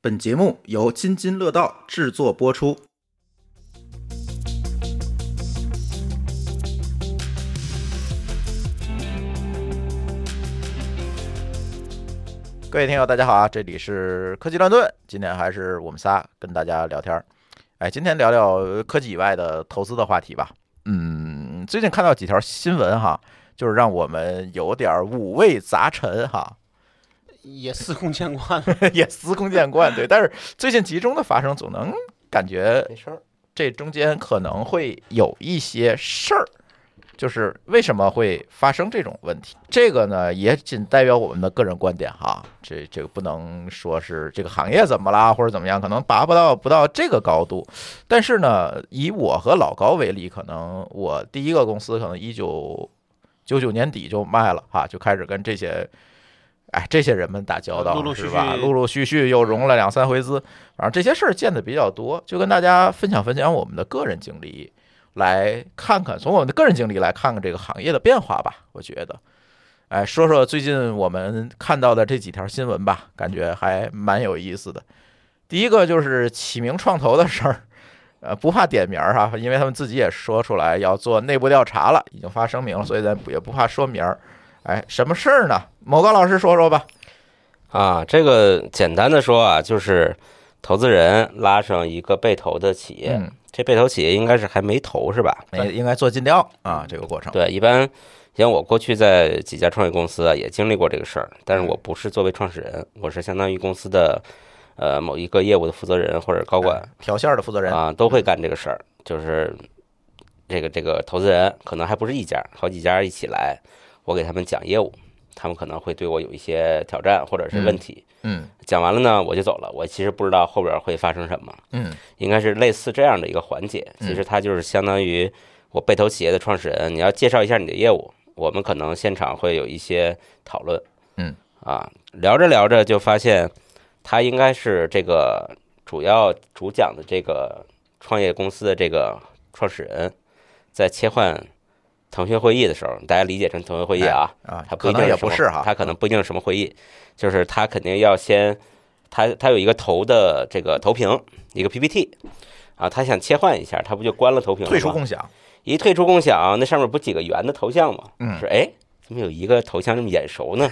本节目由津津乐道制作播出。各位听友，大家好啊！这里是科技乱炖，今天还是我们仨跟大家聊天儿。哎，今天聊聊科技以外的投资的话题吧。嗯，最近看到几条新闻哈，就是让我们有点儿五味杂陈哈。也司空见惯了， 也司空见惯，对。但是最近集中的发生，总能感觉没事儿。这中间可能会有一些事儿，就是为什么会发生这种问题？这个呢，也仅代表我们的个人观点哈，这这个不能说是这个行业怎么啦，或者怎么样，可能拔不到不到这个高度。但是呢，以我和老高为例，可能我第一个公司可能一九九九年底就卖了哈，就开始跟这些。哎，这些人们打交道陆陆续是吧？续陆陆续续又融了两三回资，反正这些事儿见的比较多，就跟大家分享分享我们的个人经历，来看看从我们的个人经历来看看这个行业的变化吧。我觉得，哎，说说最近我们看到的这几条新闻吧，感觉还蛮有意思的。第一个就是启明创投的事儿，呃，不怕点名儿哈，因为他们自己也说出来要做内部调查了，已经发声明了，所以咱不也不怕说名儿。哎，什么事儿呢？某高老师说说吧。啊，这个简单的说啊，就是投资人拉上一个被投的企业，嗯，这被投企业应该是还没投是吧？那应该做尽调啊，这个过程。对，一般像我过去在几家创业公司啊，也经历过这个事儿，但是我不是作为创始人，我是相当于公司的呃某一个业务的负责人或者高管哎调线儿的负责人，啊，都会干这个事儿，就是这个这个投资人可能还不是一家，好几家一起来，我给他们讲业务，他们可能会对我有一些挑战或者是问嗯题。嗯讲完了呢，我就走了。我其实不知道后边会发生什么，嗯应该是类似这样的一个环节。嗯其实它就是相当于我被投企业的创始人，你要介绍一下你的业务，我们可能现场会有一些讨论。嗯，啊，聊着聊着就发现，他应该是这个主要主讲的这个创业公司的这个创始人，在切换腾讯会议的时候，大家理解成腾讯会议啊。啊，他不可一能定也什不么是哈，他可能不一定是什么会议，就是他肯定要先，他他有一个投的这个投屏，一个 PPT，啊，他想切换一下，他不就关了投屏了吗？退出共享。一退出共享，那上面不几个圆的头像吗？嗯说哎，怎么有一个头像这么眼熟呢？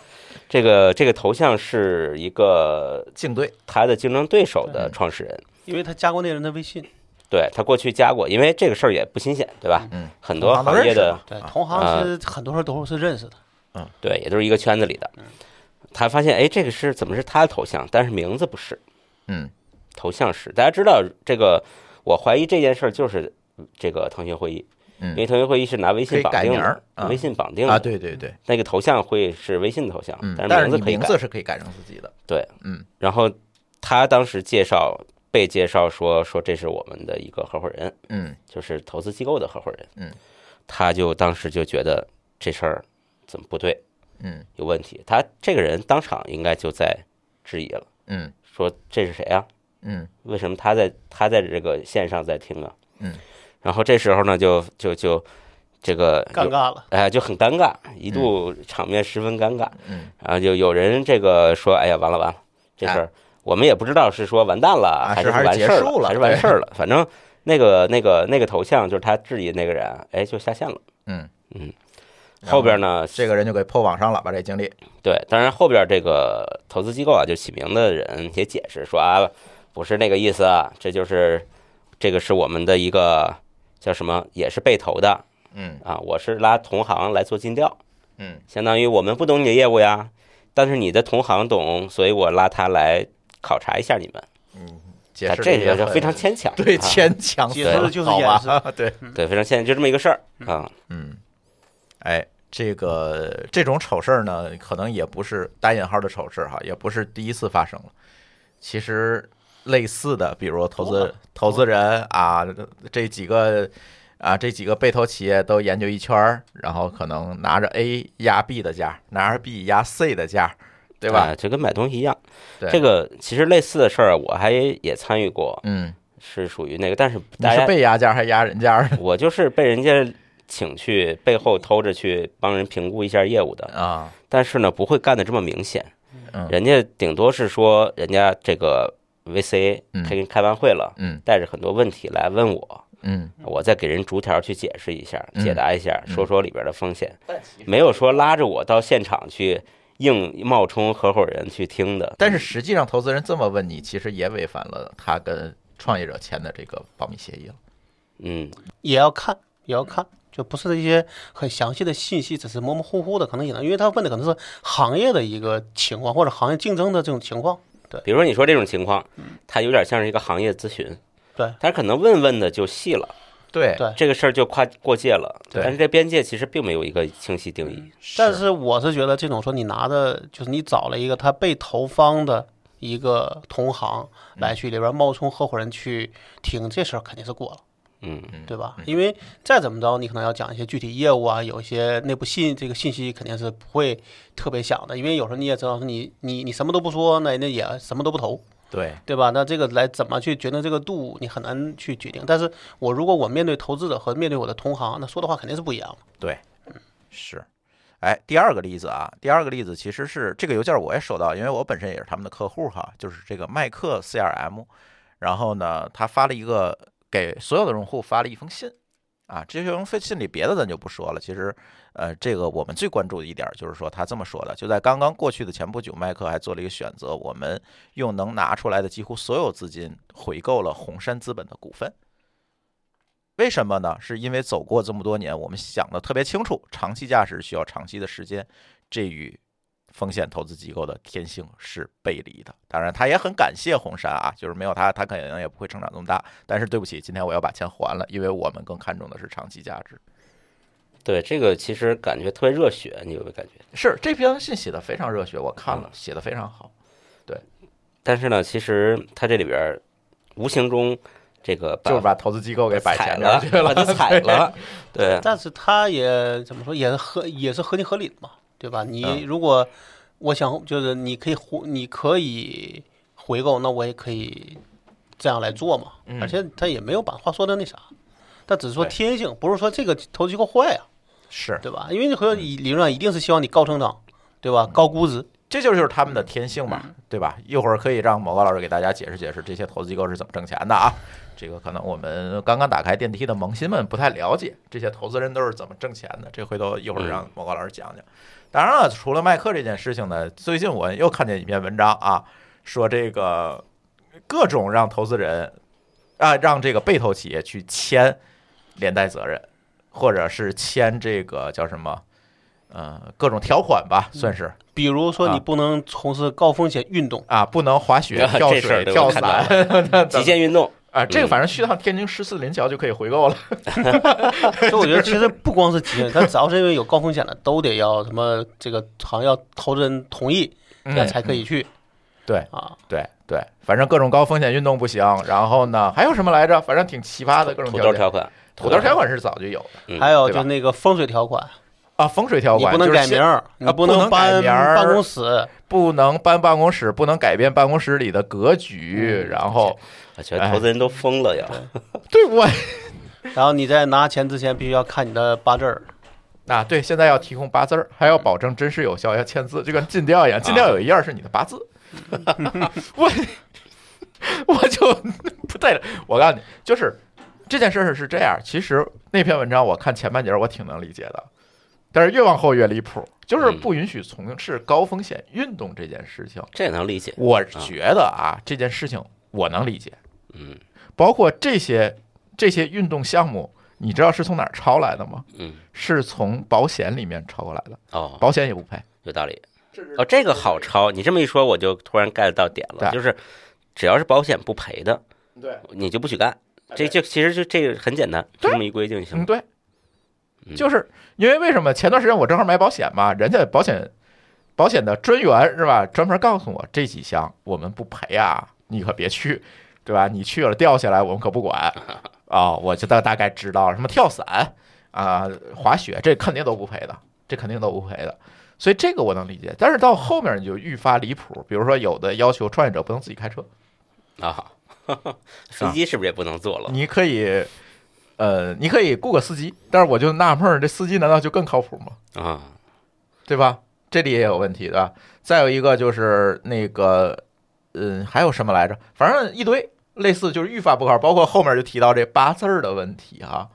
这个这个头像是一个竞对，他的竞争对手的嗯创始人，因为他加过那人的微信，对他过去加过，因为这个事儿也不新鲜，对吧？嗯，很同多行都行业认识的嘛对，啊同行是很多人都是认识的，对，也都是一个圈子里的。他发现，哎，这个是怎么是他的头像，但是名字不是。嗯，头像是大家知道这个，我怀疑这件事儿就是这个腾讯会议，嗯因为腾讯会议是拿微可信以绑改定名儿的，啊微信绑定的，啊，对对对，那个头像会是微信的头像，嗯，但但是是名字你可以名改。字是可以改成自己的。对，嗯然后他当时介绍被介绍说说这是我们的一个合伙人，嗯就是投资机构的合伙人，嗯，他就当时就觉得这事儿怎么不对，嗯有问题。他这个人当场应该就在质疑了，嗯说这是谁啊？嗯为什么他在他在这个线上在听啊？嗯，然后这时候呢，就就就这个尴有，尬了。哎，就很尴尬，一度场面十分尴尬。嗯，然后就有人这个说：“哎呀，完了完了，这事儿我们也不知道是说完蛋了，哎啊还是还是完结事儿束了还是完对事儿了。反正那个那个那个头像就是他质疑那个人，哎，就下线了。嗯嗯，然后后边呢，这个人就给破网上了，把这经历。对，当然后边这个投资机构啊，就起名的人也解释说啊，不是那个意思啊，这就是这个是我们的一个叫什么，也是被投的嗯啊，我是拉同行来做尽调，嗯相当于我们不懂你的业务呀，但是你的同行懂，所以我拉他来考察一下你们。嗯，解啊，释这也个就很非常牵强，对啊牵强死解了，释就是好掩饰吧？对，对非常牵强，就这么一个事儿啊。嗯，哎，这个这种丑事儿呢，可能也不是打引号的丑事儿哈，也不是第一次发生了。其实类似的，比如投多资了投资人啊，这几个啊这几个被投企业都研究一圈儿，然后可能拿着 A 压 B 的价，拿着 B 压 C 的价，对吧？哎就跟买东西一样对，这个其实类似的事儿啊我还也参与过，嗯，是属于那个，但是你大是家被压价还是压人家的我就是被人家请去背后偷着去帮人评估一下业务的， 啊？但是呢，不会干的这么明显。嗯人家顶多是说人家这个 VCA 嗯他给你开完会了，嗯带着很多问题来问我，嗯我再给人逐条去解释一下，嗯解答一下，嗯说说里边的风险，但其实没有说拉着我到现场去硬冒充合伙人去听的。但是实际上，投资人这么问你，其实也违反了他跟创业者签的这个保密协议了。嗯，也要看，也要看，就不是一些很详细的信息，只是模模糊糊的，可能也能，因为他问的可能是行业的一个情况，或者行业竞争的这种情况。比如说你说这种情况，嗯它有点像是一个行业咨询，对，但是可能问问的就细了，对对这个事儿就跨过界了。对但是这边界其实并没有一个清晰定义。但是我是觉得这种说你拿的，就是你找了一个他被投方的一个同行来去里边冒充合伙人去听，这事儿肯定是过了。嗯，对吧？因为再怎么着，你可能要讲一些具体业务啊，有一些内部信这个信息肯定是不会特别想的，因为有时候你也知道，你你你什么都不说，那那也什么都不投，对，对吧？那这个来怎么去决定这个度，你很难去决定。但是我如果我面对投资者和面对我的同行，那说的话肯定是不一样的。是。哎，第二个例子啊，第二个例子其实是这个邮件我也收到，因为我本身也是他们的客户哈，就是这个麦克 CRM，然后呢，他发了一个给所有的用户发了一封信啊，这封信里别的咱就不说了，其实呃，这个我们最关注的一点就是说他这么说的，就在刚刚过去的前不久，麦克还做了一个选择，我们用能拿出来的几乎所有资金回购了红杉资本的股份。为什么呢？是因为走过这么多年，我们想的特别清楚，长期价值需要长期的时间，这与风险投资机构的天性是背离的。当然，他也很感谢红杉啊，就是没有他，他可能也不会成长这么大。但是对不起，今天我要把钱还了，因为我们更看重的是长期价值。对，这个其实感觉特别热血，你有没有感觉？是这篇信写的非常热血，我看嗯了，写的非常好。但是呢，其实它这里边儿无形中这个把就是把投资机构给摆踩前面去把它踩了，对，但是他也怎么说，也是合也是合情合理的嘛，对吧？你嗯如果我想就是你可以回你可以回购，那我也可以这样来做嘛。嗯而且他也没有把话说的那啥，但只是说对天性，不是说这个投机构坏啊， 是，对吧？因为你和理论上一定是希望你高成长，对嗯吧？高估值，这就是他们的天性嘛，对吧？一会儿可以让某高老师给大家解释解释这些投资机构是怎么挣钱的啊。这个可能我们刚刚打开电梯的萌新们不太了解，这些投资人都是怎么挣钱的。这回头一会儿让某高老师讲讲。当然了，除了麦克这件事情呢，最近我又看见一篇文章啊，说这个各种让投资人啊，让这个被投企业去签连带责任，或者是签这个叫什么，呃，各种条款吧，算是。比如说啊你不能从事高风险 运动，啊，不能滑雪、啊跳 这事水、儿对跳我看到伞， 极限运动，啊，这个嗯反正去趟天津十四林桥就可以回购了。所以我觉得其实不光是急人，他只要是因为有高风险的，都得要什么这个行要投资人同意，那才可以去对啊。嗯对对，反正各种高风险运动不行，然后呢，还有什么来着？反正挺奇葩的各种土条豆件。条款，土豆条款是早就有的嗯还有对就吧是那个风水条款，啊，风水条你款不能就是改名先儿，你不能改能搬名儿办公室，不能搬办公室，不能改变办公室里的格嗯局，然后我觉得投资人都疯了要。对我然后你在拿钱之前必须要看你的八字儿。啊，对，现在要提供八字儿，还要保证真实有效，要签字，就跟尽调一样，尽调有一页是你的八字。 我我就 不对了，我告诉你，就是这件事儿是这样。其实那篇文章我看前半截儿我挺能理解的，但是越往后越离谱，就是不允许从事高风险运动这件事情。这也能理解。我觉得啊，这件事情我能理解，嗯包括这些这些运动项目，你知道是从哪儿抄来的吗？嗯，是从保险里面抄过来的。哦，保险也不赔。有道理。哦，这个好抄。你这么一说，我就突然 get 到点对了，就是只要是保险不赔的，对，你就不许干。这就其实就这个很简单，就这么一规定就行嗯，了。对，嗯就是因为为什么前段时间我正好买保险嘛，人家保险保险的专员是吧，专门告诉我这几项我们不赔啊，你可别去，对吧？你去了掉下来我们可不管 啊、我就大大概知道了什么跳伞啊、滑雪这肯定都不赔的，这肯定都不赔的。所以这个我能理解，但是到后面你就愈发离谱，比如说有的要求创业者不能自己开车，嗯 啊，飞机是不是也不能坐了？你可以，呃，你可嗯以雇个司机，但是我就纳闷儿，这司机难道就更靠谱吗？啊，对吧？这里也有问题对吧？再有一个就是那个，嗯，还有什么来着？反正一堆类似就是语法不考，包括后面就提到这八字儿的问题哈、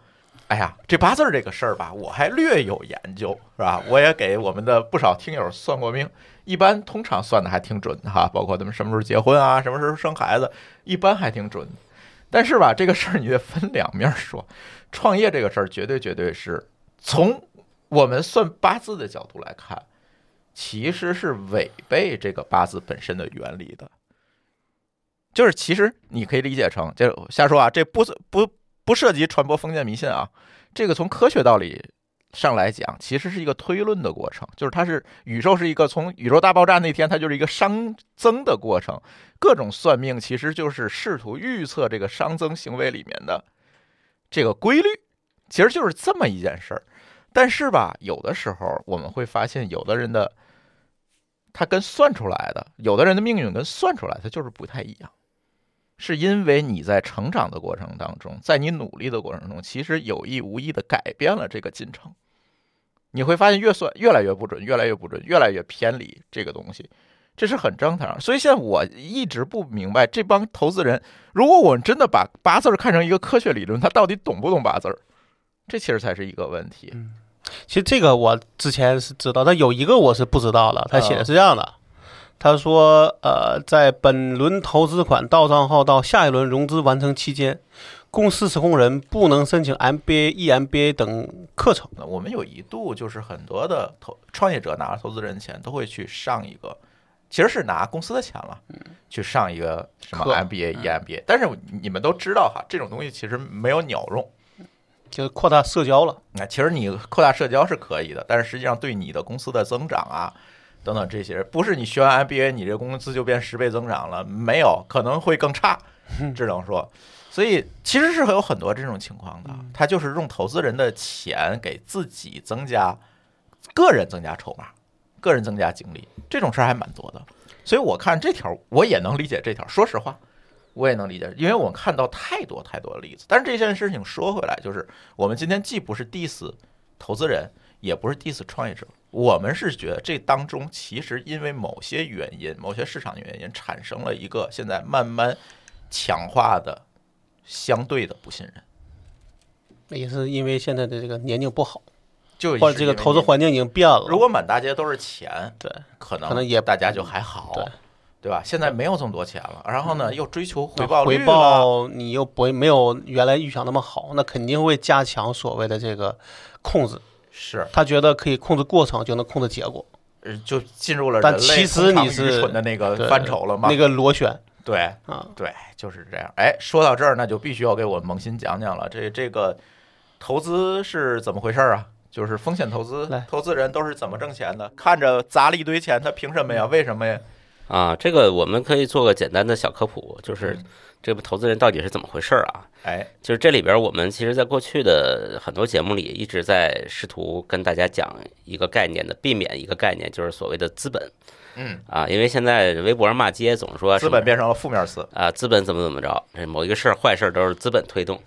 哎呀，这八字儿这个事儿吧，我还略有研究，是吧？我也给我们的不少听友算过命，一般通常算的还挺准的哈，包括他们什么时候结婚啊，什么时候生孩子，一般还挺准的。但是吧，这个事儿你得分两面说，创业这个事儿绝对绝对是从我们算八字的角度来看，其实是违背这个八字本身的原理的。就是其实你可以理解成，就瞎说啊，这不不不涉及传播封建迷信啊，这个从科学道理上来讲，其实是一个推论的过程，就是它是宇宙是一个从宇宙大爆炸那天，它就是一个熵增的过程。各种算命其实就是试图预测这个熵增行为里面的这个规律，其实就是这么一件事儿。但是吧，有的时候我们会发现，有的人的他跟算出来的，有的人的命运跟算出来它就是不太一样。是因为你在成长的过程当中，在你努力的过程中，其实有意无意的改变了这个进程。你会发现越算越来越不准，越来越不准，越来越偏离这个东西，这是很正常。所以现在我一直不明白，这帮投资人，如果我们真的把八字儿看成一个科学理论，他到底懂不懂八字儿？这其实才是一个问题。其实这个我之前是知道，但有一个我是不知道了。他嗯写的是这样的，他说，呃，在本轮投资款到账后到下一轮融资完成期间，公司持控人不能申请 MBA、EMBA 等课程。那我们有一度就是很多的投创业者拿了投资人的钱，都会去上一个，其实是拿公司的钱了，去上一个什么课 MBA、EMBA。但是你们都知道哈，这种东西其实没有鸟用。就是扩大社交了。那其实你扩大社交是可以的，但是实际上对你的公司的增长啊，等等这些，不是你学完 MBA 你这公司就变十倍增长了，没有，可能会更差，只能说。所以其实是有很多这种情况的，他就是用投资人的钱给自己增加个人增加筹码，个人增加精力，这种事儿还蛮多的。所以我看这条我也能理解这条，说实话。我也能理解，因为我看到太多太多的例子。但是这件事情说回来，就是我们今天既不是 diss 投资人，也不是 diss 创业者，我们是觉得这当中其实因为某些原因、某些市场原因，产生了一个现在慢慢强化的相对的不信任，也是因为现在的这个年龄不好，就是或者这个投资环。环境已经变了。如果满大街都是钱，对可能可能也大家就还好，对嗯对吧？现在没有这么多钱了，然后呢，又追求回回报率了报你又不会没有原来预想那么好，那肯定会加强所谓的这个控制。是他觉得可以控制过程，就能控制结果。呃，就进入了但人类其实通常你是愚蠢的那个对呃范畴了嘛？那个螺旋对啊，对，就是这样。哎，说到这儿，那就必须要给我萌新讲讲了。这这个投资是怎么回事儿啊？就是风险投资来，投资人都是怎么挣钱的？看着砸了一堆钱，他凭什么呀？为什么呀？啊，这个我们可以做个简单的小科普，就是嗯这个投资人到底是怎么回事儿啊？哎，就是这里边，我们其实在过去的很多节目里一直在试图跟大家讲一个概念的，避免一个概念，就是所谓的资本嗯，啊，因为现在微博上骂街总说资什么本变成了负面词。啊，资本怎么怎么着，这某一个事儿坏事儿都是资本推动。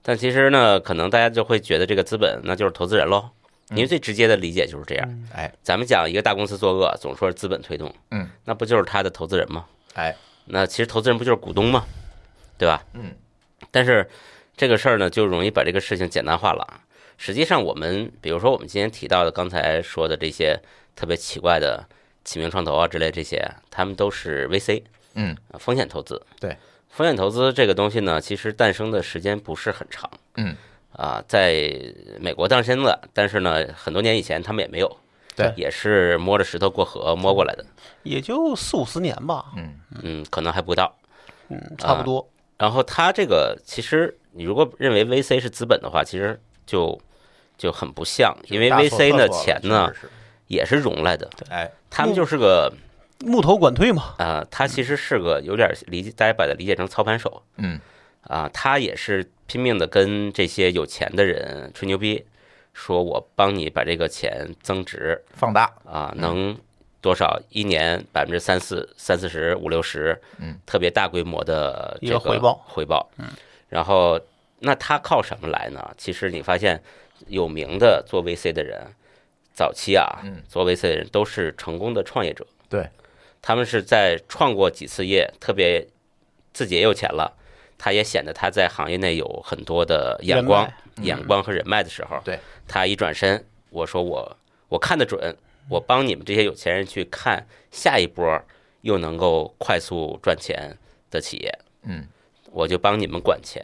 但其实呢，可能大家就会觉得这个资本那就是投资人喽，因嗯为最直接的理解就是这样。哎，咱们讲一个大公司作恶，总说是资本推动，嗯，那不就是他的投资人吗？哎，那其实投资人不就是股东吗？对吧？嗯，但是这个事儿呢，就容易把这个事情简单化了啊。实际上，我们比如说我们今天提到的刚才说的这些特别奇怪的起名创投啊之类这些，他们都是 VC，嗯啊，风险投资。对，风险投资这个东西呢，其实诞生的时间不是很长。嗯，啊，在美国诞生了，但是呢，很多年以前他们也没有。对也是摸着石头过河摸过来的，也就四五十年吧，嗯嗯，可能还不到。嗯，差不多。然后它这个其实你如果认为 VC 是资本的话，其实就就很不像，因为大错 VC 特的错了钱呢确实是也是融来的，哎，他们就是个木头管退嘛，呃，他其实是个有点理解，大家把它理解成操盘手嗯啊、他也是拼命的跟这些有钱的人吹牛逼，说我帮你把这个钱增值放大，啊、嗯能多少一年百分之三四三四十五六十，嗯，特别大规模的一这个个回报回报，嗯，然后那他靠什么来呢？其实你发现有名的做 VC 的人，早期啊，嗯做 VC 的人都是成功的创业者，对，他们是在创过几次业，特别自己也有钱了，他也显得他在行业内有很多的眼光人、脉嗯眼光和人脉的时候，对他一转身，我说我我看得准，我帮你们这些有钱人去看下一波又能够快速赚钱的企业，嗯，我就帮你们管钱。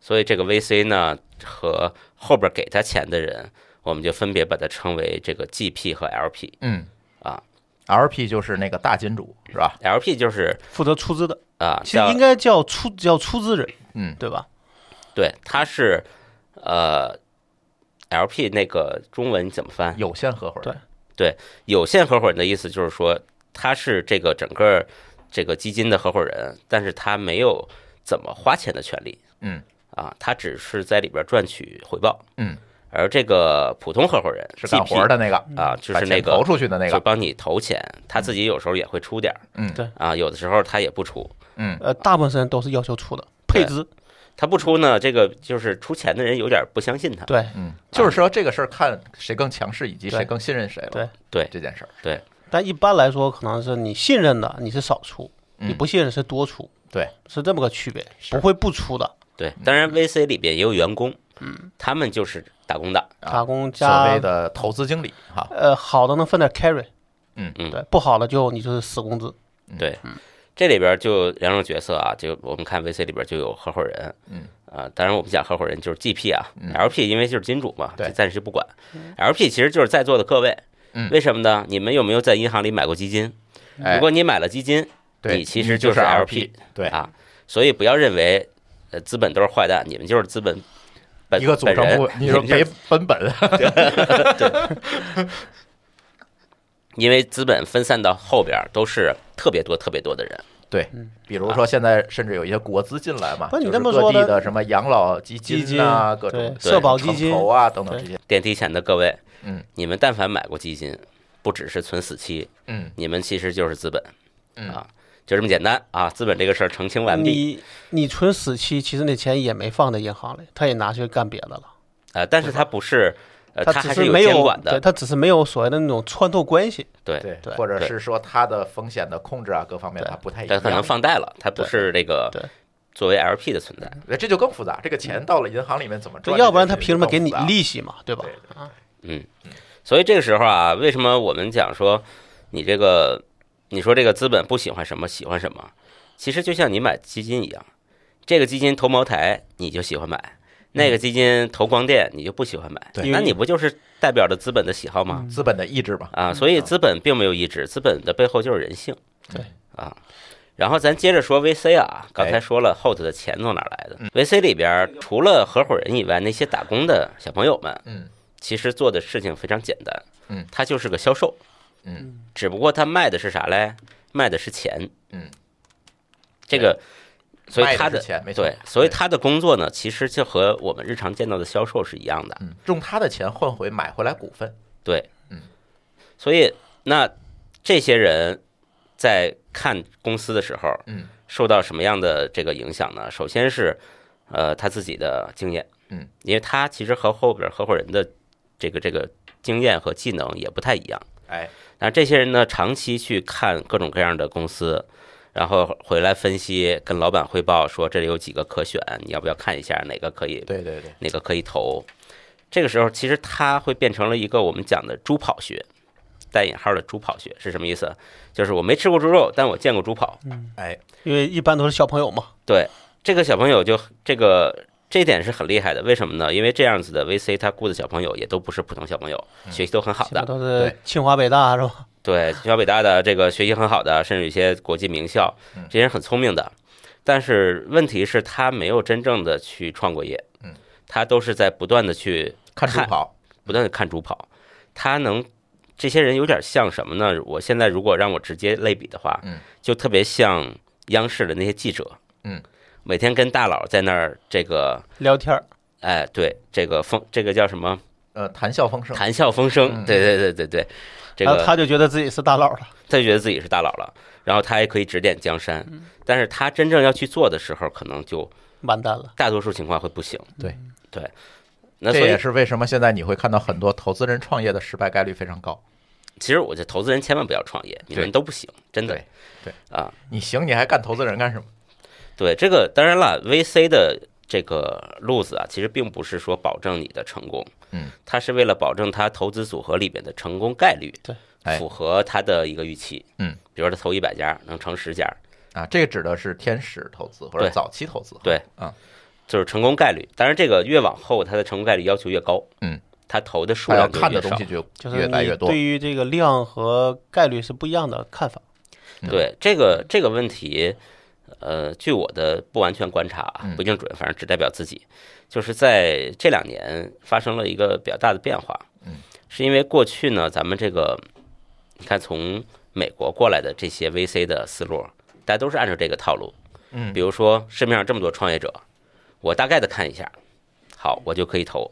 所以这个 VC 呢和后边给他钱的人，我们就分别把它称为这个 GP 和 LP。嗯啊，LP 就是那个大金主是吧？ LP 就是负责出资的，啊，其实叫应该叫出叫出资人，嗯对吧？对，它是呃 LP 那个中文怎么翻？有限合伙人，有限合伙人的意思就是说，他是这个整个这个基金的合伙人，但是他没有怎么花钱的权利。嗯啊，他只是在里边赚取回报。嗯，而这个普通合伙人是干活的那个， GP 啊，就把是那钱个投出去的那就个，帮你投钱，他自己有时候也会出点儿嗯啊，有的时候他也不出。嗯呃，大部分时间都是要求出的配资，他不出呢，这个就是出钱的人有点不相信他。对。嗯，就是说这个事儿看谁更强势以及谁更信任谁了，啊对对这件事儿，但一般来说，可能是你信任的你是少出，嗯你不信任是多出，对，是这么个区别，不会不出的。对，当然 VC 里边也有员工，嗯，他们就是打工的，啊打工所加谓的投资经理哈，呃好的能分点 carry，嗯嗯对，不好的就你就是死工资，对，这里边就两种角色啊，就我们看 VC 里边就有合伙人，嗯，啊，当然我们讲合伙人就是 GP 啊嗯，LP 因为就是金主嘛，对就暂时不管，LP 其实就是在座的各位嗯，为什么呢？你们有没有在银行里买过基金？哎如，果你买了基金，对，你其你实就是 LP， LP 对，啊，所以不要认为呃资本都是坏蛋，你们就是资本本一个组本成人部，你 说们就是北本本，因为资本分散到后边儿都是特别多特别多的人，对，比如说现在甚至有一些国资进来嘛，嗯不是你就是这么说各地的的什么养老基啊，基金各种对社保基金城投啊等等这些，电梯前的各位，嗯，你们但凡买过基金，不只是存死期，嗯你们其实就是资本，嗯啊，就这么简单啊！资本这个事儿澄清完毕你你存死期，其实那钱也没放在银行里，他也拿去干别的了，啊、但是它不是，呃，它只还是有没监管对的，他只是没有所谓的那种穿透关系，对，对对或者对是说它的风险的控制啊，各方面对它不太一它样，可能放贷了，它不对是这个对作为 LP 的存在。对，这就更复杂，这个钱到了银行里面怎么嗯对，赚？要不然他凭什么给你啊利？利息嘛，对吧？对嗯，所以这个时候啊，为什么我们讲说你这个，你说这个资本不喜欢什么，喜欢什么？其实就像你买基金一样，这个基金投茅台你就喜欢买，那个基金投光电你就不喜欢买，嗯对嗯那你不就是代表着资本的喜好吗？资本的意志嘛，啊，所以资本并没有意志，资本的背后就是人性。对啊，然后咱接着说 VC 啊，刚哎嗯才说了后头的钱从哪儿来的、v c 里边儿除了合伙人以外，那些打工的小朋友们，嗯，其实做的事情非常简单，嗯，他就是个销售，嗯，只不过他卖的是啥嘞？卖的是钱，嗯，这个，所以卖他的的是钱没错对，所以对他的工作呢，其实就和我们日常见到的销售是一样的，嗯，用他的钱换回买回来股份，对，嗯，所以那这些人在看公司的时候，嗯，受到什么样的这个影响呢？首先是呃他自己的经验，嗯，因为他其实和后边合伙人的这个这个经验和技能也不太一样。哎，那这些人呢，长期去看各种各样的公司，然后回来分析，跟老板汇报说这里有几个可选，你要不要看一下哪个可以，对对对，哪个可以投？这个时候，其实它会变成了一个我们讲的猪跑学，带引号的猪跑学是什么意思？啊就是我没吃过猪肉，但我见过猪跑。哎，因为一般都是小朋友嘛，对，这个小朋友就这个这一点是很厉害的，为什么呢？因为这样子的 VC 他雇的小朋友也都不是普通小朋友，嗯学习都很好基的本，都对是清华北大是吧？对，清华北大的这个学习很好的，甚至有些国际名校嗯，这些人很聪明的，但是问题是他没有真正的去创过业，嗯，他都是在不断的去看猪看跑，不断的看猪跑，他能。这些人有点像什么呢？我现在如果让我直接类比的话，嗯，就特别像央视的那些记者，嗯，每天跟大佬在那儿这个，聊天儿哎，对，这个风，这个叫什么？呃，谈笑风生，谈笑风生，嗯对对对对对，这然个后啊他就觉得自己是大佬了，他就觉得自己是大佬了，然后他也可以指点江山，但是他真正要去做的时候，可能就完蛋了。大多数情况会不行。对对，那这所以也是为什么现在你会看到很多投资人创业的失败概率非常高。其实我觉得投资人千万不要创业，你们对都不行，真的对对啊，你行，你还干投资人干什么？对这个当然了，VC 的这个路子啊，其实并不是说保证你的成功，嗯，它是为了保证它投资组合里边的成功概率，对哎符合它的一个预期，嗯，比如说他投一百家能成十家，啊，这个指的是天使投资或者对早期投资。对啊，就是成功概率。当然，这个越往后，它的成功概率要求越高。嗯，它投的数他要量就看的越东少西。就就是越来你越多。对于这个量和概率是不一样的看法。嗯对这个这个问题，呃，据我的不完全观察啊嗯，不一定准，反正只代表自己，就是在这两年发生了一个比较大的变化。嗯，是因为过去呢，咱们这个你看从美国过来的这些 VC 的思路，大家都是按照这个套路。嗯比如说市面上这么多创业者，我大概的看一下，好，我就可以投。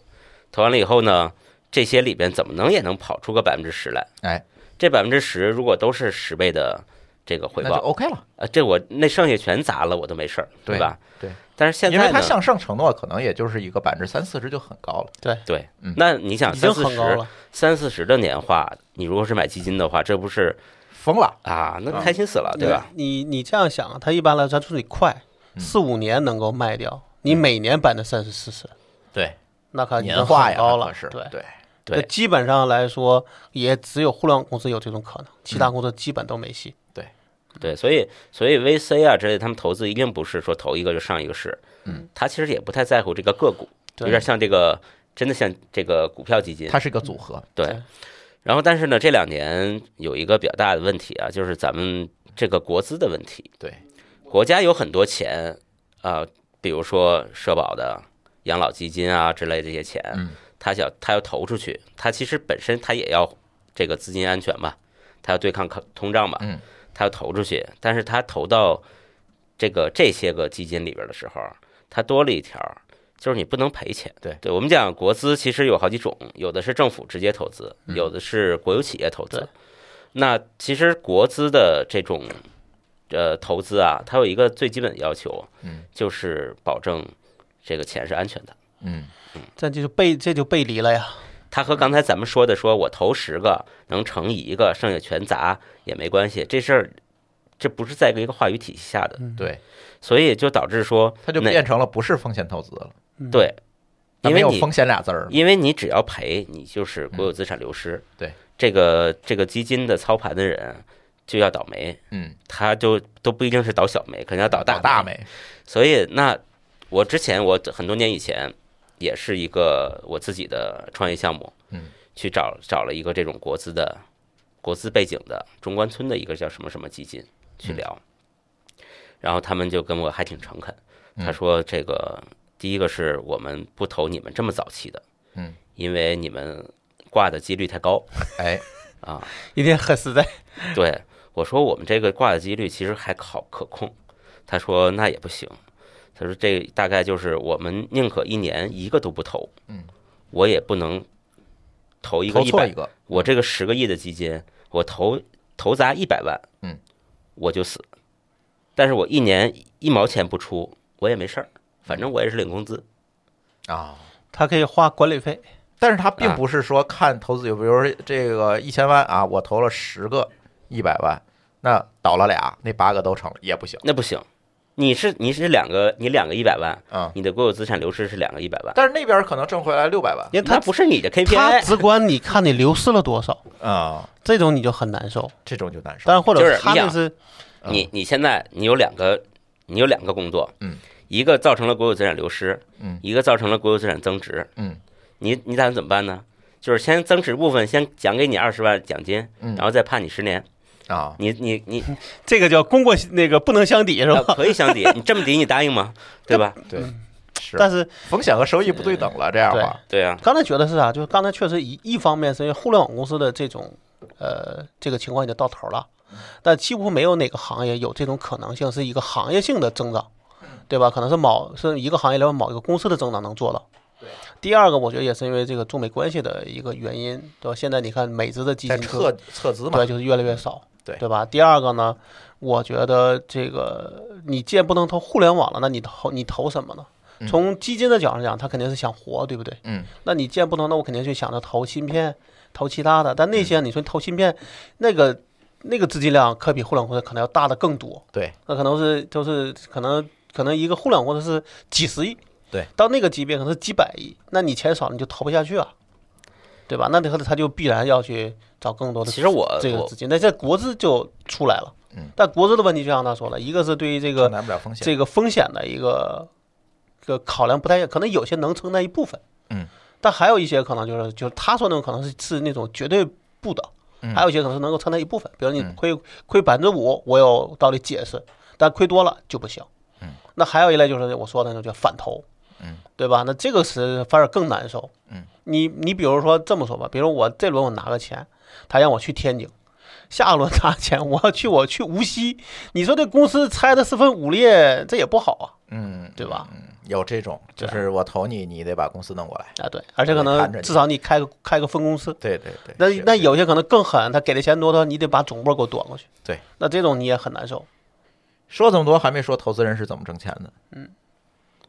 投完了以后呢，这些里边怎么能也能跑出个百分之十来？哎，这百分之十如果都是十倍的这个回那就报， OK 了，呃，这我那剩下全砸了，我都没事儿，对吧？对。但是现因为在他呢？向上承诺可能也就是一个百分之三四十就很高了。对嗯，那你想已啊三经四很高十、了，三四十的年化，你如果是买基金的话，这不是疯了，啊，那啊开心死了，对吧？？你你这样想啊，它一般来说它处理快，嗯四五年能够卖掉，你每年百分之三十四十，对，那可已经年化很呀，高那了可，是对。对，对那基本上来说，也只有互联网公司有这种可能，其他公司基本都没戏。对，所以所以 VC 啊之类，他们投资一定不是说投一个就上一个市，嗯，他其实也不太在乎这个个股，有对点像这个真的像这个股票基金，它是一个组合。对对。然后，但是呢，这两年有一个比较大的问题啊，就是咱们这个国资的问题。对，国家有很多钱啊、呃比如说社保的养老基金啊之类这些钱，嗯他想他要投出去，他其实本身他也要这个资金安全嘛，他要对抗抗通胀嘛，嗯他要投出去，但是他投到这个这些个基金里边的时候，他多了一条，就是你不能赔钱。对对我们讲国资其实有好几种，有的是政府直接投资，嗯有的是国有企业投资对。那其实国资的这种呃投资啊，它有一个最基本的要求，嗯就是保证这个钱是安全的。嗯，这就是背这就背离了呀。它和刚才咱们说的说我投十个能乘以一个，剩下全砸也没关系，这事儿这不是在一个话语体系下的，对，所以就导致说它就哪变成了不是风险投资了，对，它因没为有你风险俩字儿了。因为你只要赔，你就是国有资产流失。对，这个这个基金的操盘的人就要倒霉，嗯，他就都不一定是倒小霉，可能要倒大倒大。霉，所以那我之前我很多年以前也是一个我自己的创业项目，嗯，去找找了一个这种国资的国资背景的中关村的一个叫什么什么基金去聊，然后他们就跟我还挺诚恳，他嗯说这个第一个是我们不投你们这么早期的，嗯，因为你们挂的几率太高哎，啊，一定很实在，对，我说我们这个挂的几率其实还好可控。他说那也不行，他说这大概就是我们宁可一年一个都不投，嗯，我也不能投一个投一错一百，个，我这个十个亿的基金，我投投砸一百万，嗯，我就死，但是我一年一毛钱不出，我也没事儿，反正我也是领工资，啊。它可以花管理费。但是它并啊不是说看投资有，比如说这个一千万啊，我投了十个一百万，那倒了俩，那八个都成了也不行。那不行，你是你是两个你两个一百万，嗯，你的国有资产流失是两个一百万，但是那边可能挣回来六百万因为那它不是你的它 KPI。直观你看你流失了多少，啊、这种你就很难受。这种就难受。但是或就者是他你想那是嗯你你现在你有两个，你有两个工作，嗯，一个造成了国有资产流失，嗯一个造成了国有资产增值，嗯你你打算怎么办呢？就是先增值部分先奖给你二十万奖金，嗯然后再判你十年，啊，你你你这个叫功过那个不能相抵是呃吧？可以相抵，你这么抵你答应吗？对吧？对，是嗯但是风险和收益不对等了，这样的话，对啊，刚才觉得是啥？就是刚才确实一一方面是因为互联网公司的这种呃这个情况已经到头了，嗯但几乎没有哪个行业有这种可能性是一个行业性的增长，嗯对吧？可能是某是一个行业里面某一个公司的增长能做到。第二个，我觉得也是因为这个中美关系的一个原因，对吧？现在你看美资的基在金车撤撤资嘛对，，就是越来越少，对吧？第二个呢，我觉得这个你既然不能投互联网了，那你投你投什么呢？嗯从基金的角度上讲，他肯定是想活，对不对？嗯，那你剑不能，那我肯定去想着投芯片、投其他的。但那嗯些你说投芯片，那个那个资金量可比互联网公司可能要大的更多。对，那可能是就是可能可能一个互联网公司是几十亿，对，到那个级别可能是几百亿，那你钱少你就投不下去啊，对吧？那他他就必然要去找更多的其实我这个我资金，那这国资就出来了。嗯，但国资的问题就像他说了，一个是对于这个承担不了风险。这个风险的一个一个考量不太一样，可能有些能承担一部分，嗯，但还有一些可能就是就是他说那种可能是是那种绝对不的，嗯还有一些可能是能够承担一部分，比如你嗯亏、亏百分之五，我有道理解释，但亏多了就不行，嗯，那还有一类就是我说的那种叫反投，嗯，对吧？那这个是反而更难受，嗯，你你比如说这么说吧，比如我这轮我拿个钱，他让我去天津。下一轮拿钱，我要去，我去无锡，你说这公司拆的四分五裂，这也不好啊，嗯，对吧？嗯？有这种，就对是我投你，你得把公司弄过来。啊，对，而且可对看着能你至少你开个开个分公司，对对对。那是那是有些可能更狠，他给的钱多的，你得把总部给我端过去。对，那这种你也很难受。说这么多，还没说投资人是怎么挣钱的。嗯，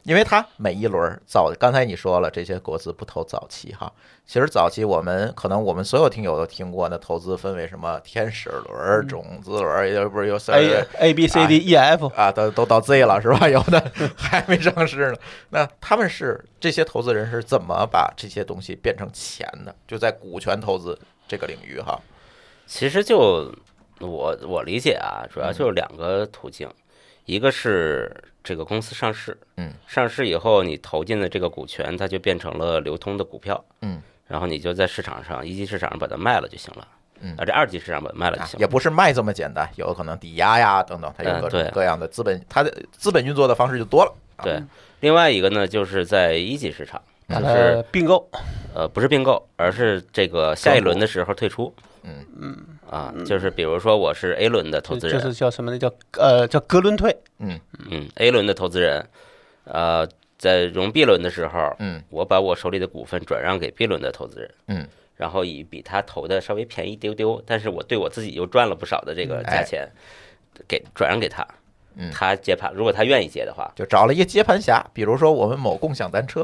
因为他每一轮儿早，刚才你说了，这些国资不投早期哈。其实早期我们可能我们所有听友都听过，那投资分为什么天使轮儿、种子轮儿，也不是有 A A B C D E F，啊，都都到 Z 了是吧？ 有的还没上市呢。那他们是这些投资人是怎么把这些东西变成钱的？就在股权投资这个领域哈。其实就我我理解啊，主要就是嗯两个途径，一个是这个公司上市，嗯，上市以后你投进的这个股权，它就变成了流通的股票，嗯，然后你就在市场上一级市场上把它卖了就行了，嗯啊，这二级市场把它卖了就啊行也了，不是卖这么简单，有可能抵押呀等等，它有嗯各种对各样的资本，它的资本运作的方式就多了。啊对。另外一个呢，就是在一级市场，嗯把就它是并购。呃不是并购，而是这个下一轮的时候退出，嗯啊，就是比如说我是 A 轮的投就资就人，是叫什么呢？叫呃叫格伦退，嗯嗯，A 轮的投资人，呃，在融 B 轮的时候，嗯我把我手里的股份转让给 B 轮的投资人，嗯，然后以比他投的稍微便宜一丢丢，但是我对我自己又赚了不少的这个价钱，给转让给他嗯，他接盘，如果他愿意接的话，就找了一个接盘侠，比如说我们某共享单车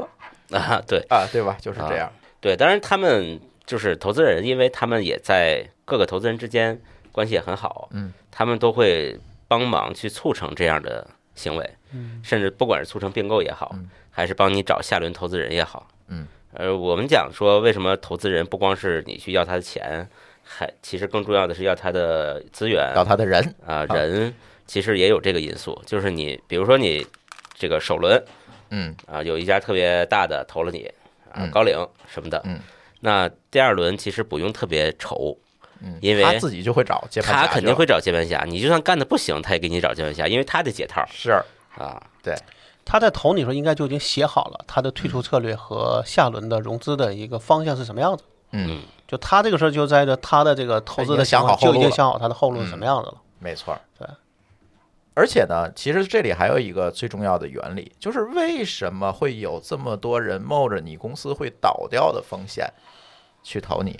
啊，对啊，对吧？就是这样。对，当然他们就是投资人，因为他们也在各个投资人之间关系也很好，嗯，他们都会帮忙去促成这样的行为，嗯，甚至不管是促成并购也好嗯，还是帮你找下轮投资人也好，嗯，呃，我们讲说为什么投资人不光是你去要他的钱，还其实更重要的是要他的资源找他的人，啊、好人其实也有这个因素，就是你比如说你这个首轮嗯啊、有一家特别大的投了你啊、嗯高瓴什么的，嗯那第二轮其实不用特别愁，嗯，因为他自己就会找接盘侠他去了，肯定会找接盘侠，你就算干的不行，他也给你找接盘侠，因为他得解套是啊，他在投你的时候应该就已经写好了他的退出策略和下轮的融资的一个方向是什么样子。嗯，就他这个事儿就在这他的这个投资的情况他已经想好后就路已了经想好他的后路是什么样子了。没错，对。而且呢，其实这里还有一个最重要的原理，就是为什么会有这么多人冒着你公司会倒掉的风险去投你，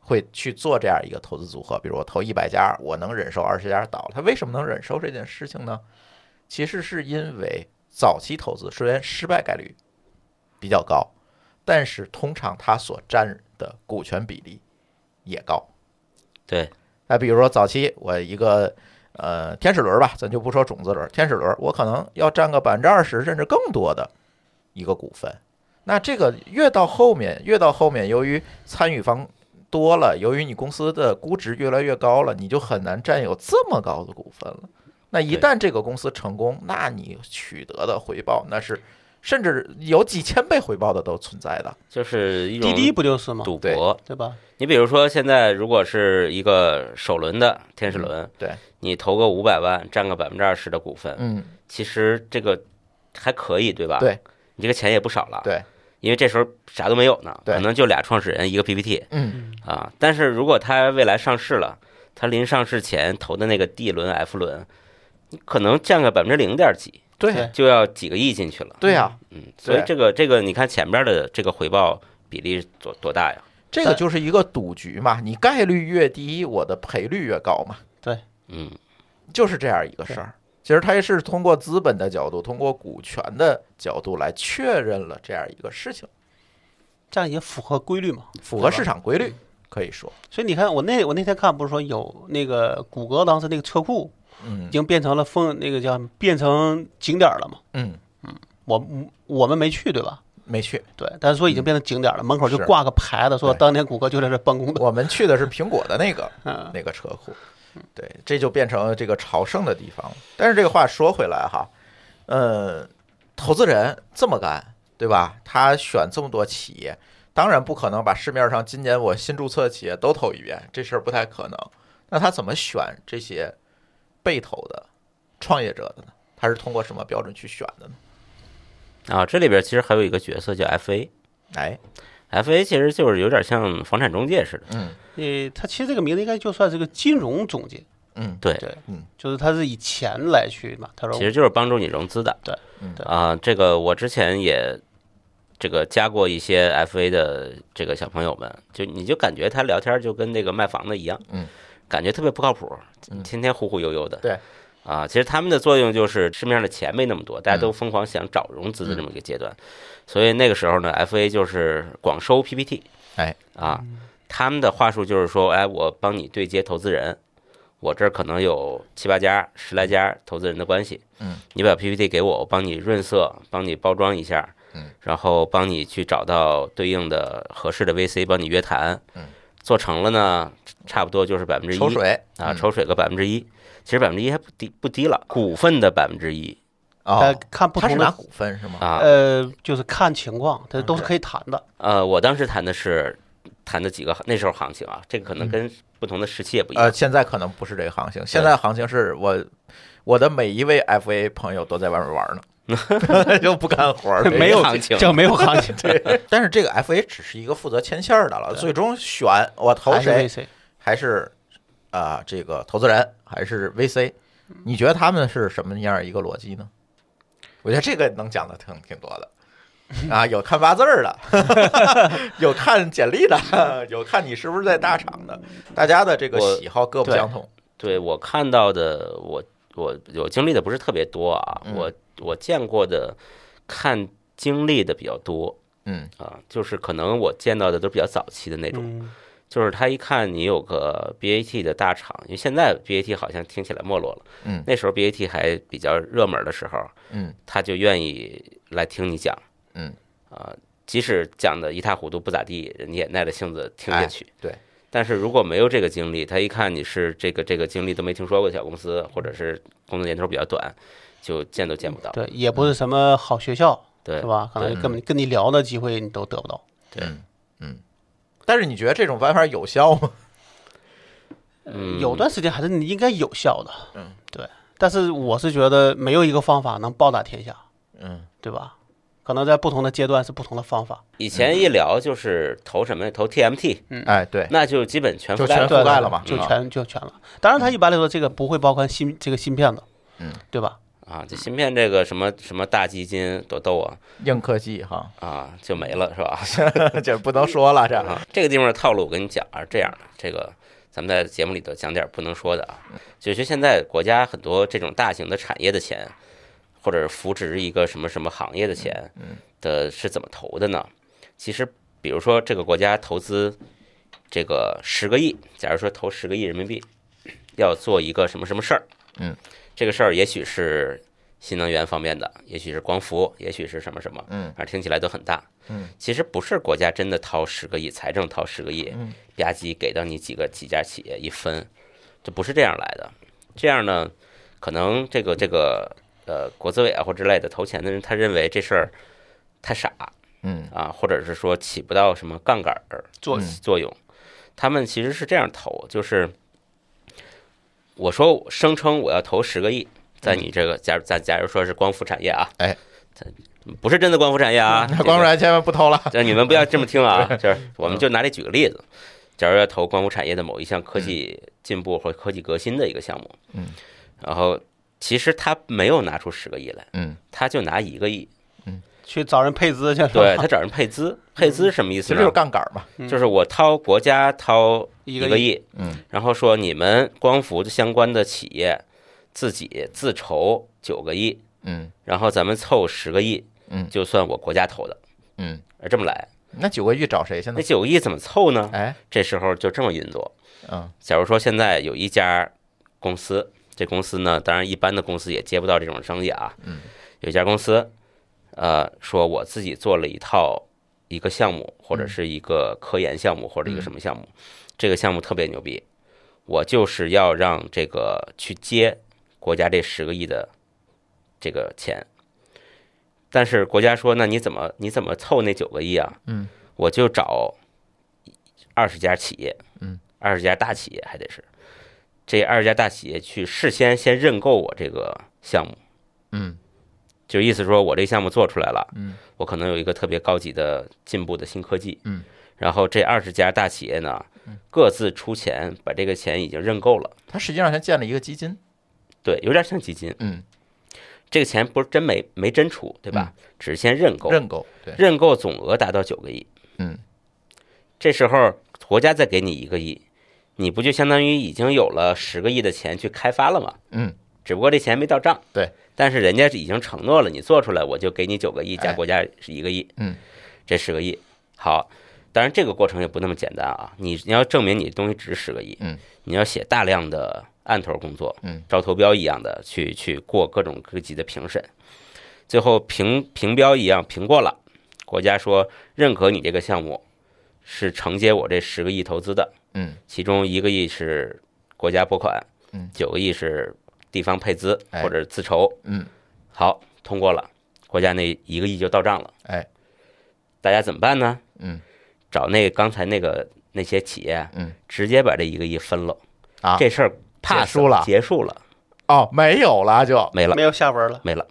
会去做这样一个投资组合？比如我投一百家，我能忍受二十家倒了，他为什么能忍受这件事情呢？其实是因为早期投资虽然失败概率比较高，但是通常它所占的股权比例也高。对，那比如说早期我一个呃天使轮吧，咱就不说种子轮，天使轮我可能要占个百分之二十甚至更多的一个股份。那这个越到后面，越到后面，由于参与方多了，由于你公司的估值越来越高了，你就很难占有这么高的股份了。那一对旦这个公司成功，那你取得的回报那是甚至有几千倍回报的都存在的。就是一种滴滴不就是吗？赌嗯对博，对吧？你比如说，现在如果是一个首轮的天使轮，嗯对你投个五百万，占个百分之二十的股份，嗯，其实这个还可以，对吧？对，你这个钱也不少了。对，因为这时候啥都没有呢，对可能就俩创始人一个 PPT 嗯啊。但是如果他未来上市了，他临上市前投的那个 D 轮、F 轮，你可能占个百分之零点几，对啊对就要几个亿进去了。对啊呀，嗯，所以对这个这个，你看前边的这个回报比例多多大呀？这个但就是一个赌局嘛，你概率越低，我的赔率越高嘛，嗯，就是这样一个事儿。其实他也是通过资本的角度，通过股权的角度来确认了这样一个事情，这样也符合规律嘛？符合对吧嗯市场规律，可以说，所以你看，我那我那天看不是说有那个谷歌当时那个车库已嗯经变成了风那个叫变成景点了嘛？嗯，我我们没去对吧？没去，对，但是说已经变成景点了，门口就是挂个牌子，说对当年谷歌就在这办公 的。我们去的是苹果的那个， 嗯，那个车库。对，这就变成这个朝圣的地方了。但是这个话说回来哈，呃，投资人这么干，对吧？他选这么多企业，当然不可能把市面上今年我新注册的企业都投一遍，这事儿不太可能。那他怎么选这些被投的创业者的呢？他是通过什么标准去选的呢？啊，这里边其实还有一个角色叫 FA，FA 哎，其实就是有点像房产中介似的，嗯呃，他其实这个名字应该就算是个金融中介，嗯，对，对，嗯，就是他是以钱来去嘛。他说其实就是帮助你融资的。对嗯对啊，这个我之前也这个加过一些 FA 的这个小朋友们，就你就感觉他聊天就跟那个卖房的一样，嗯，感觉特别不靠谱嗯，天天忽忽悠悠的。对。啊，其实他们的作用就是市面上的钱没那么多，大家嗯都疯狂想找融资的这么一个阶段，所以那个时候呢，FA 就是广收 PPT，哎，啊，嗯他们的话术就是说，哎，我帮你对接投资人，我这儿可能有七八家、十来家投资人的关系，嗯，你把 PPT 给我，我帮你润色，帮你包装一下，嗯，然后帮你去找到对应的合适的 VC，帮你约谈，嗯，做成了呢，差不多就是百分之一抽水啊，嗯抽水个百分之一，其实百分之一还不低不低了，股份的百分之一他哦，看呃不他是同拿的，股份是吗？啊，呃，就是看情况，他都是可以谈的。呃，我当时谈的是谈的几个那时候行情啊，这个嗯可能跟不同的时期也不一样呃，，现在可能不是这个行情，现在行情是我我的每一位 FA 朋友都在外面玩 呢，就不干活儿，没有 行情这没有行情，对。但是这个 FA 只是一个负责牵线儿的了，最终选我投还谁是 VC 还是啊、这个投资人还是 VC，你觉得他们是什么样一个逻辑呢？我觉得这个能讲的挺挺多 的。啊，有看八字儿的， 有看简历的，有看你是不是在大厂的，大家的这个我喜好各不对相同。对我看到的，我我我经历的不是特别多啊，嗯我我见过的看经历的比较多嗯，啊，就是可能我见到的都比较早期的那种，嗯，就是他一看你有个 BAT 的大厂，因为现在 BAT 好像听起来没落了，嗯那时候 BAT 还比较热门的时候，嗯他就愿意来听你讲，嗯啊、即使讲的一塌糊涂不咋地，人家也耐着性子听哎下去。对，但是如果没有这个经历，他一看你是这个这个经历都没听说过的小公司，或者是工作年头比较短，就见都见不到。对，也不是什么好学校，对嗯是吧？可能根本跟你聊的机会你都得不到。对嗯嗯。但是你觉得这种办法有效吗？嗯，有段时间还是你应该有效的，嗯，对。但是我是觉得没有一个方法能报答天下，嗯对吧？可能在不同的阶段是不同的方法，以前一聊就是投什么投 TMT，哎，对，那就基本全覆盖就全了。对覆盖了嘛就嗯全就全了。当然，它一般来说这个不会包含芯这个芯片的，嗯，对吧？啊，这芯片这个什么什么大基金多逗啊硬科技哈， 嗯啊就没了是吧？这不能说了，这啊，这个地方的套路我跟你讲啊，是这样的，这个咱们在节目里头讲点不能说的啊。就是现在国家很多这种大型的产业的钱，或者是扶植一个什么什么行业的钱嗯的是怎么投的呢？其实，比如说这个国家投资这个十个亿，假如说投十个亿人民币，要做一个什么什么事儿，嗯，这个事儿也许是新能源方面的，也许是光伏，也许是什么什么，嗯，啊，听起来都很大，嗯，其实不是国家真的掏十个亿，财政掏十个亿，嗯，吧唧给到你几个几家企业一分，这不是这样来的，这样呢，可能这个这个呃国资委啊或之类的投钱的人，他认为这事儿太傻嗯啊，或者是说起不到什么杠杆儿做嗯作用。他们其实是这样投，就是我说我声称我要投十个亿，在你这个假如咱假如说是光伏产业啊，嗯哎嗯咱，不是真的光伏产业啊，那光这个软千万不偷 了，但你们不要这么听 啊，就是我嗯们就拿这举个例子，假如要投光伏产业的某一项科技进步或科技革新的一个项目，嗯，然后其实他没有拿出十个亿来，嗯，他就拿一 个亿，去找人配资去，是对吧他找人配资，配资是什么意其思实就是呢？杠杆嘛，嗯就是我掏国家掏一一个个亿，亿，嗯然后说你们光伏的相关的企业自己自筹九个亿，嗯然后咱们凑十个亿，嗯就算我国家投的，嗯，呃这么来。那九个亿找谁去呢那？九个亿怎么凑呢？哎，这时候就这么运作。嗯假如说现在有一家公司，这公司呢，当然一般的公司也接不到这种生意啊。嗯，有一家公司，呃，说我自己做了一套一个项目，或者是一个科研项目，或者一个什么项嗯目，这个项目特别牛逼，我就是要让这个去接国家这十个亿的这个钱。但是国家说，那你怎么你怎么凑那九个亿啊？嗯，我就找二十家企业，嗯，二十家大企业还得是这二十家大企业去事先先认购我这个项目，嗯就意思说我这项目做出来了，嗯，我可能有一个特别高级的进步的新科技，嗯，然后这二十家大企业呢，各自出钱把这个钱已经认购了，他实际上先建了一个基金，对，有点像基金，嗯，这个钱不是真没没真出，对吧？只是先认购，认购，对，认购总额达到九个亿，嗯，这时候国家再给你一个亿，你不就相当于已经有了十个亿的钱去开发了吗？嗯，只不过这钱没到账。对，但是人家已经承诺了，你做出来我就给你九个亿加哎国家是一个亿，嗯，这十个亿。好，当然这个过程也不那么简单啊，你你要证明你东西值十个亿，嗯，你要写大量的案头工作，嗯，招投标一样的去去过各种各级的评审，最后评评标一样评过了，国家说认可你这个项目是承接我这十个亿投资的，嗯，其中一个亿是国家拨款，嗯，九个亿是地方配资哎或者自筹，嗯，好，通过了，国家那一个亿就到账了，哎，大家怎么办呢？嗯，找那刚才那个那些企业，嗯，直接把这一个亿分了，啊这事儿结 pass 束了结束了，哦，没有了就，没了，没有下文了。没了，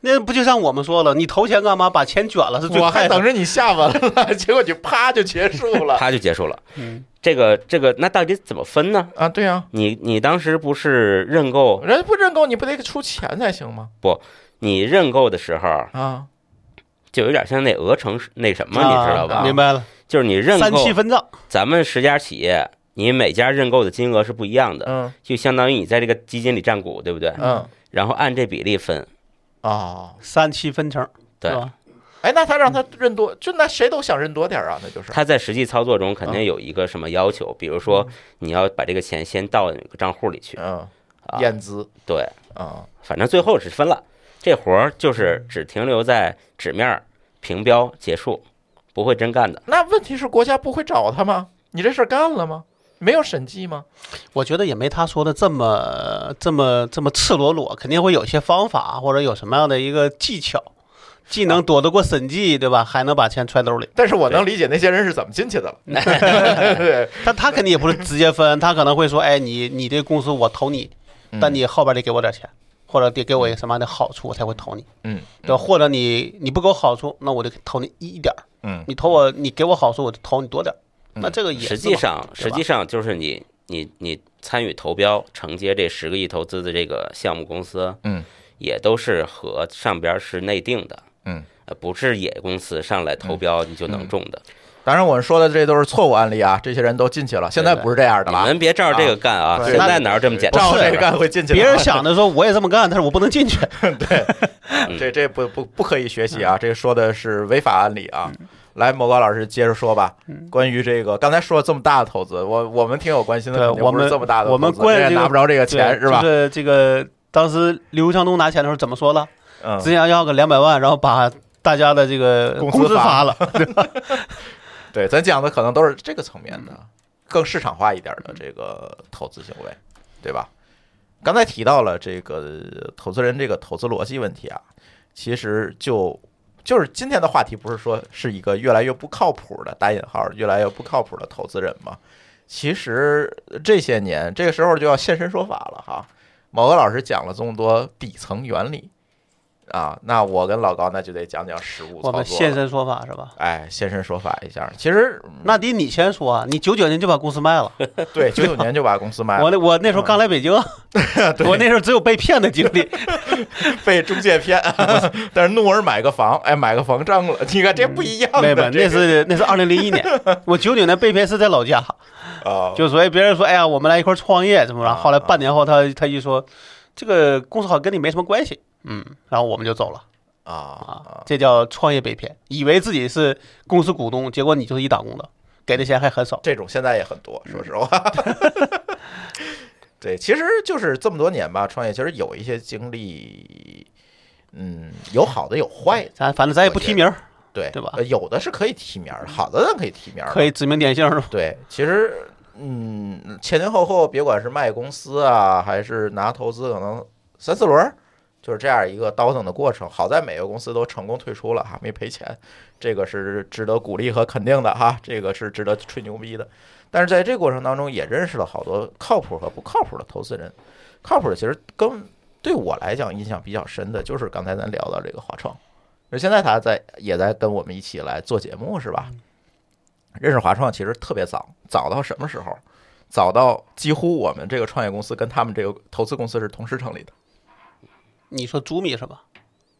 那不就像我们说了，你投钱干嘛？把钱卷了是最我还快的。等着你下文了， 结果就啪就结束了它就结束了。嗯，这个这个，那到底怎么分呢？ 啊，对呀，你你当时不是认购，人家不认购你不得出钱才行吗？你认购的时候啊，就有点像那鹅城那什么，你知道吧？啊明白了，就是你认三购七分账。咱们十家企业，你每家认购的金额是不一样的，嗯就相当于你在这个基金里占股，对不对？嗯，然后按这比例分，哦，三七分成，对是吧？哎，那他让他认多，就那谁都想认多点儿啊，那就是，它在实际操作中肯定有一个什么要求，比如说嗯你要把这个钱先到哪个账户里去，嗯，啊验资，对，啊，反正最后是分了，这活儿就是只停留在纸面儿评标结束，不会真干的。那问题是国家不会找他吗？你这事儿干了吗？没有审计吗？我觉得也没他说的这么这么这么赤裸裸，肯定会有些方法或者有什么样的一个技巧，既能躲得过审计，对吧？还能把钱揣兜里。但是我能理解那些人是怎么进去的了。对但他肯定也不是直接分，他可能会说，哎，你你这公司我投你，嗯但你后边得给我点钱，或者得给我一个什么样的好处，我才会投你。嗯，对吧，或者你你不给我好处，那我就投你一点儿嗯你投我，你给我好处，我就投你多点儿那这个也嗯实是际嘛上，对实吧际上就是你你你参与投标承接这十个亿投资的这个项目公司，嗯，也都是和上边儿是内定的，嗯呃，不是野公司上来投嗯标你就能中的。当然我说的这都是错误案例啊，这些人都进去了，现在不是这样的嗯你了啊。们别照着这个干啊！对现那在哪有这么简单？照不这是个干会进去的别人想的说我也这么干，但是我不能进去。嗯嗯这这不不不可以学习啊，这说的是违法案例啊。嗯来，莫高老师接着说吧，关于这个刚才说了这么大的投资，我我们挺有关心的，对肯定我不是们这么大的投资，我们关于人家这个拿不着这个钱对是吧？就是这个当时刘强东拿钱的时候怎么说了？嗯只想要个两百万，然后把大家的这个工资工资发发了。对，咱讲的可能都是这个层面嗯的，更市场化一点的这个投资行为，对吧？刚才提到了这个投资人这个投资逻辑问题啊，其实就就是今天的话题，不是说是一个越来越不靠谱的打引号越来越不靠谱的投资人嘛？其实这些年这个时候就要现身说法了哈。某个老师讲了这么多底层原理啊，那我跟老高那就得讲讲实物操我作们了。现身说法是吧？哎，现身说法一下。其实嗯那得你先说啊，你九九年就把公司卖了，对，九九年就把公司卖我了，那我那时候刚来北 京，我那时候只有被骗的经历。被中介 骗，但是怒而买个房，哎，买个房挣了。你看这不一样嗯没有，的，没有那这个是那是二零零 一年，我九九年被骗是在老家，啊，啊就所以别人说，哎呀，我们来一块儿创业怎么着？后来半年后他他一说，这个公司好像跟你没什么关系，嗯，然后我们就走了啊啊啊，这叫创业被骗，以为自己是公司股东，结果你就是一党工的，给的钱还很少，这种现在也很多，说实 话。对，其实就是这么多年吧，创业其实有一些经历，嗯，有好的有坏的，咱反正咱也不提名儿，对对吧呃有的是可以提名儿，好的咱可以提名儿，可以指名点姓是吧？对，其实嗯，前前后后，别管是卖公司啊，还是拿投资，可能三四轮儿，就是这样一个倒腾的过程。好在每个公司都成功退出了哈，没赔钱，这个是值得鼓励和肯定的哈，这个是值得吹牛逼的。但是在这过程当中，也认识了好多靠谱和不靠谱的投资人。靠谱的其实跟对我来讲印象比较深的，就是刚才咱聊到这个华创，而现在他在也在跟我们一起来做节目，是吧？认识华创其实特别早，早到什么时候？早到几乎我们这个创业公司跟他们这个投资公司是同时成立的。你说朱米是吧？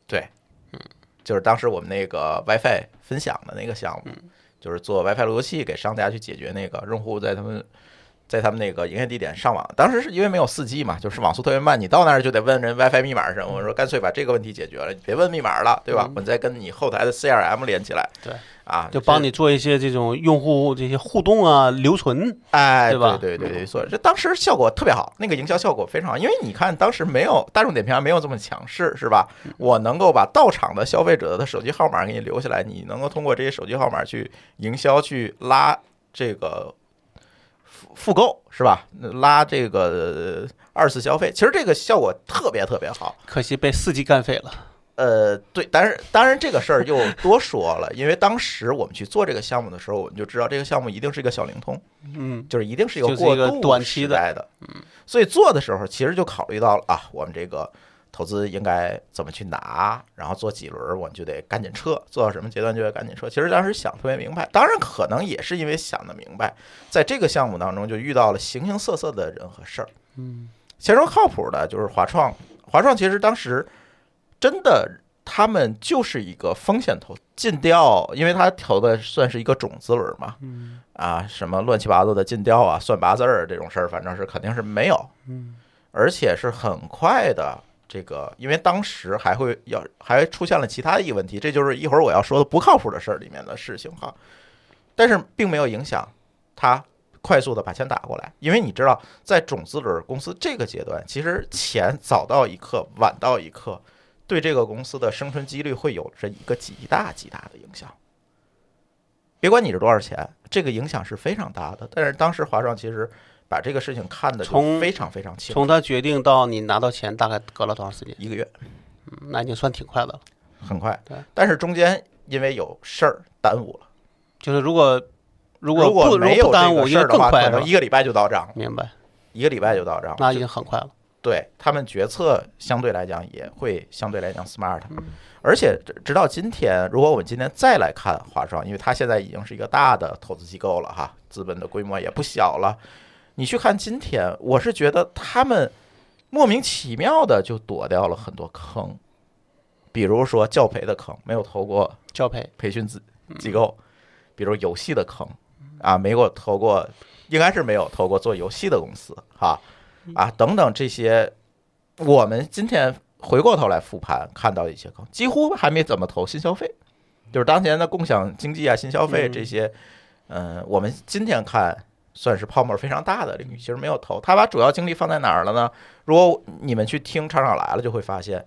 对，嗯，就是当时我们那个 WiFi 分享的那个项嗯目，就是做 WiFi 路由器给商家去解决那个用户在他们在他们那个营业地点上网，当时是因为没有 4G 嘛，就是网速特别慢，你到那儿就得问人 WiFi 密码是什么。我说干脆把这个问题解决了，你别问密码了，对吧？我再跟你后台的 CRM 连起来，嗯对，啊，就帮你。你做一些这种用户这些互动啊、留存，哎，对吧嗯对对对，所以这当时效果特别好，那个营销效果非常好，因为你看当时没有大众点评还没有这么强势，是吧？嗯我能够把到场的消费者的手机号码给你留下来，你能够通过这些手机号码去营销，去拉这个复复购，是吧？拉这个呃二次消费，其实这个效果特别特别好。可惜被四 G 干废了。呃，对，但是当然这个事儿又多说了，因为当时我们去做这个项目的时候，我们就知道这个项目一定是一个小灵通。嗯，就是一定是一个就是过一个渡短期时的嗯代的，所以做的时候其实就考虑到了啊，我们这个投资应该怎么去拿，然后做几轮儿我们就得赶紧撤，做到什么阶段就得赶紧撤。其实当时想特别明白，当然可能也是因为想的明白，在这个项目当中就遇到了形形色色的人和事儿。嗯，其中靠谱的就是华创，华创其实当时真的他们就是一个风险投尽调，因为他投的算是一个种子轮嘛，嗯，啊，什么乱七八糟的尽调啊、算八字儿这种事儿，反正是肯定是没有，嗯，而且是很快的。这个，因为当时还会要还出现了其他的一个问题，这就是一会儿我要说的不靠谱的事儿里面的事情哈，但是并没有影响他快速的把钱打过来，因为你知道，在种子轮公司这个阶段，其实钱早到一刻，晚到一刻，对这个公司的生存几率会有着一个极大极大的影响。别管你是多少钱，这个影响是非常大的。但是当时华创其实把这个事情看得就从非常非常清楚，从他决定到你拿到钱，大概隔了多长时间？一个月嗯那已经算挺快的了。很快对。但是中间因为有事儿耽误了，就是如果如如果不没有不耽这误，个应事该儿的更话，快可了能。一个礼拜就到账了，明白，一个礼拜就到账了。那已经很快了。对他们决策相对来讲也会相对来讲 smart，而嗯且直直到今天，如果我们今天再来看华创，因为它现在已经是一个大的投资机构了哈，资本的规模也不小了。你去看今天，我是觉得他们莫名其妙的就躲掉了很多坑，比如说教培的坑，没有投过教培培训机机构，比如游戏的坑啊，没有投过，应该是没有投过做游戏的公司哈啊等等这些，我们今天回过头来复盘看到的一些坑，几乎还没怎么投新消费，就是当前的共享经济啊、新消费这些，嗯、我们今天看算是泡沫非常大的领域，其实没有投，他把主要精力放在哪儿了呢？如果你们去听厂长来了，就会发现。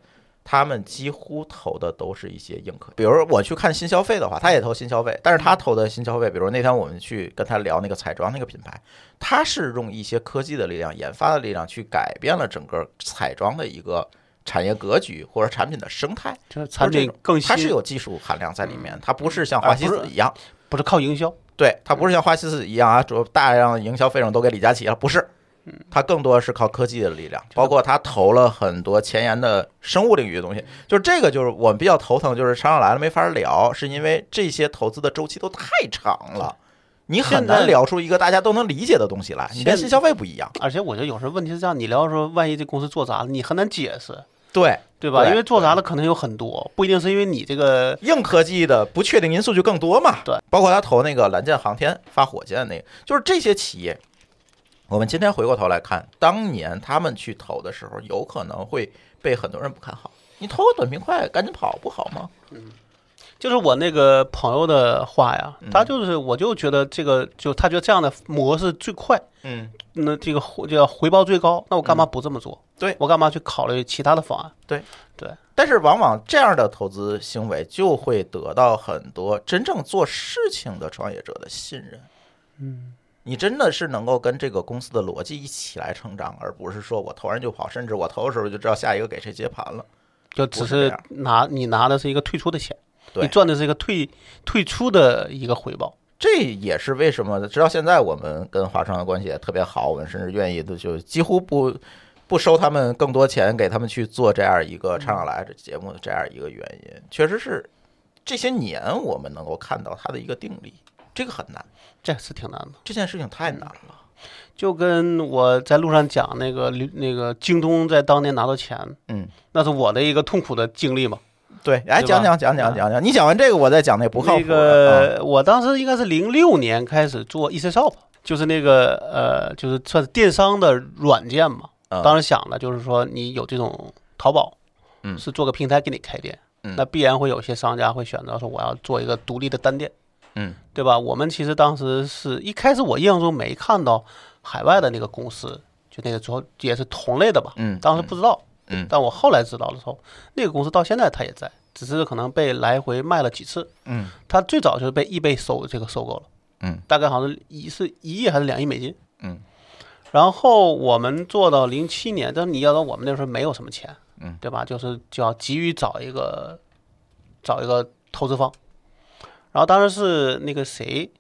他们几乎投的都是一些硬科技，比如我去看新消费的话，他也投新消费，但是他投的新消费，比如那天我们去跟他聊那个彩妆那个品牌，他是用一些科技的力量、研发的力量去改变了整个彩妆的一个产业格局或者产品的生态，就是产就是这品种更它是新，有技术含量在里面，它不是像花西子一样，不是靠营销。对，它嗯不是像花西子一样啊，主大量的营销费用都给李佳琦了，不是，嗯它更多是靠科技的力量，包括它投了很多前沿的生物领域的东西。嗯就是这个，就是我们比较头疼，就是常常来了没法聊，是因为这些投资的周期都太长了，你很现难在聊出一个大家都能理解的东西来。你跟现新消费不一样，而且我觉得有时候问题是这样，你聊说万一这公司做砸了，你很难解释，对对吧？对因为做砸了可能有很多，不一定是因为你这个硬科技的不确定因素就更多嘛。对，包括他投那个蓝箭航天发火箭那个，就是这些企业，我们今天回过头来看，当年他们去投的时候，有可能会被很多人不看好。你投个短平快，赶紧跑不好吗？就是我那个朋友的话呀嗯，他就是我就觉得这个就他觉得这样的模式最快，嗯，那这个回叫回报最高，那我干嘛不这么做？对我干嘛去考虑其他的方案？但是往往这样的投资行为就会得到很多真正做事情的创业者的信任。嗯，你真的是能够跟这个公司的逻辑一起来成长，而不是说我投人就跑，甚至我投的时候就知道下一个给谁接盘了。就不是只这是样拿你拿的是一个退出的钱，对你赚的是一个退退出的一个回报。这也是为什么直到现在我们跟华创的关系也特别好，我们甚至愿意的就几乎不不收他们更多钱，给他们去做这样一嗯个《唱上来》这节目的这样一个原因，确实是这些年我们能够看到它的一个定力，这个很难，这是挺难的，这件事情太难了。就跟我在路上讲那个驴那个京东在当年拿到钱，嗯，那是我的一个痛苦的经历嘛。对，来对吧讲讲讲讲讲讲，你讲完这个，我再讲那不靠那谱的。啊个我当时应该是零六年开始做 e c shop，就是那个呃，就是算是电商的软件嘛。嗯当时想的就是说，你有这种淘宝，嗯是做个平台给你开店，嗯那必然会有些商家会选择说我要做一个独立的单店，嗯，对吧？我们其实当时是一开始我印象中没看到海外的那个公司，就那个主要也是同类的吧，嗯，当时不知道，嗯但我后来知道的时候，那个公司到现在它也在，只是可能被来回卖了几次。嗯它最早就是被易贝收这个收购了，嗯大概好像是一是一亿还是两亿美金。嗯然后我们做到零七年，但你要到我们那时候没有什么钱，嗯，对吧？就是就要急于找一个找一个投资方。然后当时是那个谁，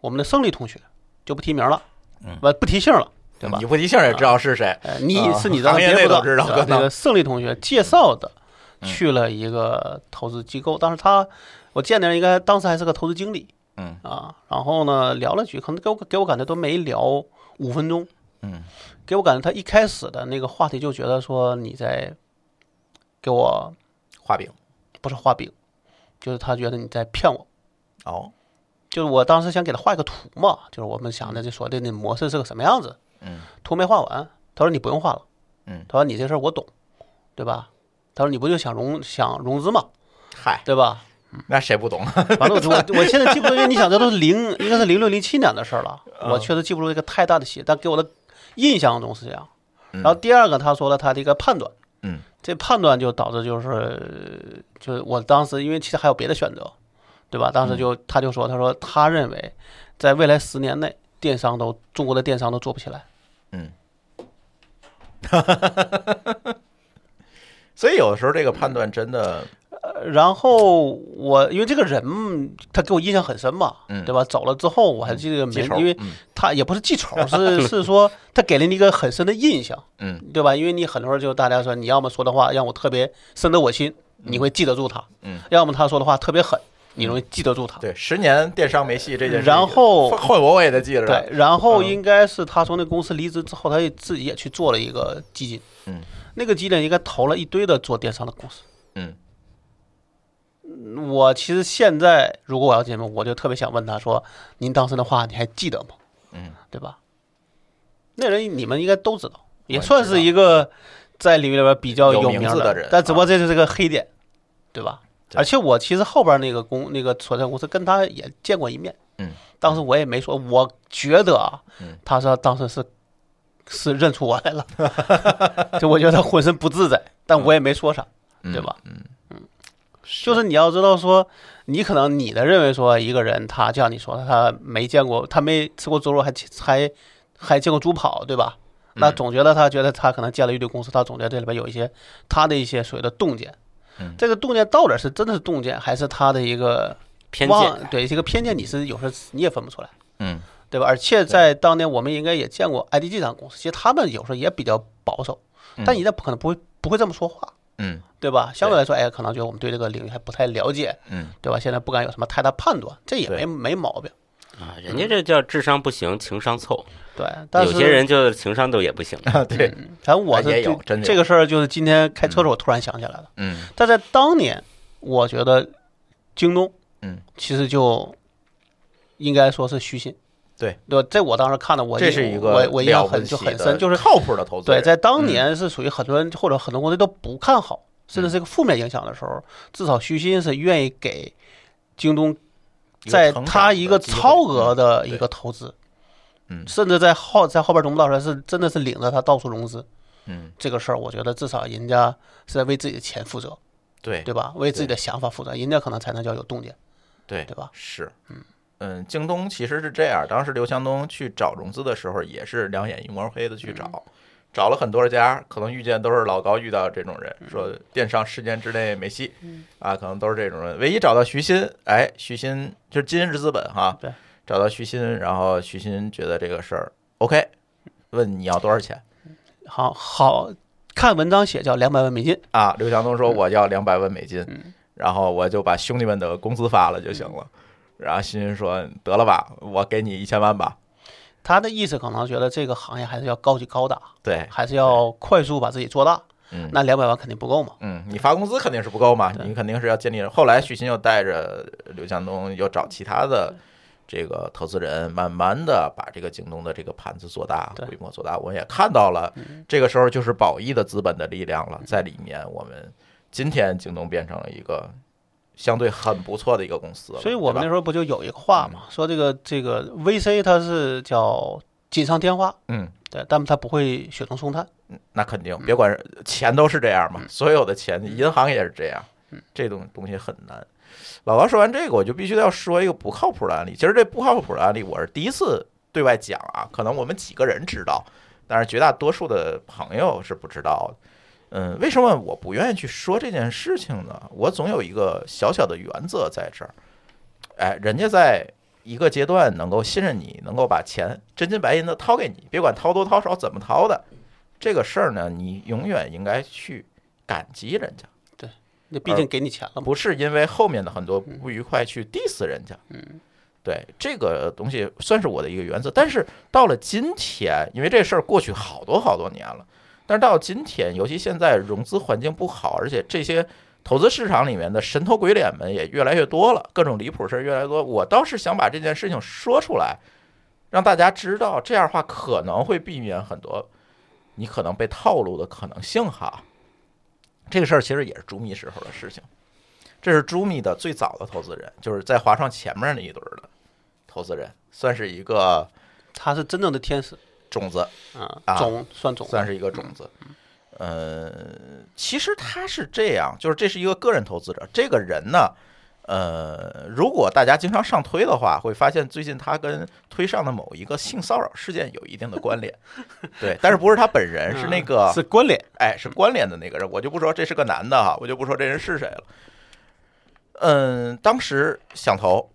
我们的胜利同学就不提名了，嗯不不提姓了，对吧？你不提姓也知道是谁，呃，你啊是你当行时业别内不都知道对吧可能那个胜利同学介绍的，嗯去了一个投资机构，当时他我见的人应该当时还是个投资经理嗯啊，然后呢聊了几，可能给我给我感觉都没聊五分钟，嗯给我感觉他一开始的那个话题就觉得说你在给我画饼不是画饼，就是他觉得你在骗我，哦，就是我当时想给他画一个图嘛，就是我们想的这所谓的模式是个什么样子，嗯图没画完，他说你不用画了，嗯他说你这事儿我懂，对吧？他说你不就想融想融资嘛，嗨，对吧？那谁不懂？啊完了我我我现在记不住，因为你想这都是零应该是零六零七年的事儿了，嗯我确实记不住这个太大的细节，但给我的印象中是这样。嗯然后第二个他说了他的一个判断，嗯，这判断就导致就是就是我当时因为其实还有别的选择，对吧？当嗯时就他就说他说他认为在未来十年内电商都中国的电商都做不起来。嗯， 所以有的时候这个判断真的，呃然后我因为这个人他给我印象很深嘛，嗯对吧？走了之后我还记得记名，仇因为嗯他也不是记仇， 是是说他给了你一个很深的印象，嗯对吧？因为你很多时候就大家说你要么说的话让我特别深得我心，你会记得住他；嗯，要么他说的话特别狠，你容易记得住他。对，十年电商没戏这件事，然后换我我也得记着。对，，然后嗯应该是他从那公司离职之后，他也自己也去做了一个基金，嗯，那个基金应该投了一堆的做电商的公司。嗯我其实现在如果我要见面，我就特别想问他说：“您当时的话你还记得吗？”嗯，对吧？那人你们应该都知道，也我算知是道一个在领域里边比较有名名字的人啊但只不过这就是个黑点，对吧？对而且我其实后边那个公那个所在公司跟他也见过一面，嗯，当时我也没说，我觉得啊嗯，他说当时是是认出我来了， 就我觉得浑身不自在，但我也没说啥，嗯对吧？嗯嗯，就是你要知道说，你可能你的认为说一个人他就像你说的他没见过，他没吃过猪肉还吃还还见过猪跑，对吧？那嗯总觉得他觉得他可能建了一堆公司，他总觉得这里边有一些他的一些所谓的洞见嗯。这个洞见到底是真的是洞见，还是他的一个偏忘见，对这个偏见，你是有时候你也分不出来，嗯对吧？而且在当年我们应该也见过 IDG 这样公司，其实他们有时候也比较保守，但人家不可能不会不会这么说话，嗯对吧？相对来说，哎，可能觉得我们对这个领域还不太了解，嗯对吧？现在不敢有什么太大判断，这也对没没毛病。啊，人家这叫智商不行，情商凑。对，但有是些人就是情商都也不行。嗯，对，嗯，反正我啊也是有就真的有这个事儿，就是今天开车时候我突然想起来了。嗯但在当年，我觉得京东，嗯，其实就应该说是虚心，对对吧，这我当时看的我这是一个我我印了象不很就起很的深，就是靠谱的投资对，人。嗯在当年是属于很多人或者很多公司都不看好，甚嗯至是一个负面影响的时候，至少徐新是愿意给京东一个在成他长一的个机会超额的嗯一对个投资，嗯甚至在后在后边融不到出来，是真的是领着他到处融资嗯，这个事儿，我觉得至少人家是在为自己的钱负责，对对吧？为自己的想法负责，人家可能才能叫有洞见，对对吧？是，嗯，京东其实是这样，当时刘强东去找融资的时候，也是两眼一抹黑的去找，找了很多家，可能遇见都是老高遇到这种人，说电商十年之内没戏，啊，可能都是这种人。唯一找到徐新，哎，徐新就是今日资本哈，对，找到徐新，然后徐新觉得这个事儿 OK，问你要多少钱好好看文章写叫两百万美金，啊？刘强东说我要两百万美金，然后我就把兄弟们的工资发了就行了。然后徐新说：“得了吧，我给你一千万吧。”他的意思可能觉得这个行业还是要高级高打，对，还是要快速把自己做大。嗯那两百万肯定不够嘛。嗯，你发工资肯定是不够嘛，对你肯定是要建立。后来许昕又带着刘强东，又找其他的这个投资人，慢慢的把这个京东的这个盘子做大，对嗯规模做大。我也看到了，这个时候就是宝益的资本的力量了，在里面，我们今天京东变成了一个相对很不错的一个公司了。所以我们那对时吧嗯候不就有一个话嘛，说这个这个 VC 它是叫锦上添花，嗯，对，但它不会雪中送炭。那肯定，别管钱都是这样嘛，所有的钱，银行也是这样，这种东西很难。老高说完这个，我就必须得要说一个不靠谱的案例。其实这不靠谱的案例，我是第一次对外讲啊，可能我们几个人知道，但是绝大多数的朋友是不知道的。嗯，为什么我不愿意去说这件事情呢？我总有一个小小的原则在这儿。哎，人家在一个阶段能够信任你，能够把钱真金白银的掏给你，别管掏多掏少，怎么掏的，这个事儿呢，你永远应该去感激人家，那呃毕竟给你钱了嘛，不是因为后面的很多不愉快去 diss 人家。嗯，对，这个东西算是我的一个原则。但是到了今天，因为这事儿过去好多好多年了，但是到今天，尤其现在融资环境不好，而且这些投资市场里面的神头鬼脸们也越来越多了，各种离谱事儿越来越多。我倒是想把这件事情说出来，让大家知道，这样的话可能会避免很多你可能被套路的可能性哈。这个事儿其实也是朱密时候的事情，这是朱密的最早的投资人，就是在华创前面那一堆儿的投资人，算是一个他是真正的天使种子。啊啊，种算种，算是一个种子。呃，其实他是这样，就是这是一个个人投资者，这个人呢，呃，如果大家经常上推的话，会发现最近他跟推上的某一个性骚扰事件有一定的关联，对，但是不是他本人，是那个嗯是关联，哎，是关联的那个人，我就不说这是个男的哈，我就不说这人是谁了。嗯，当时想投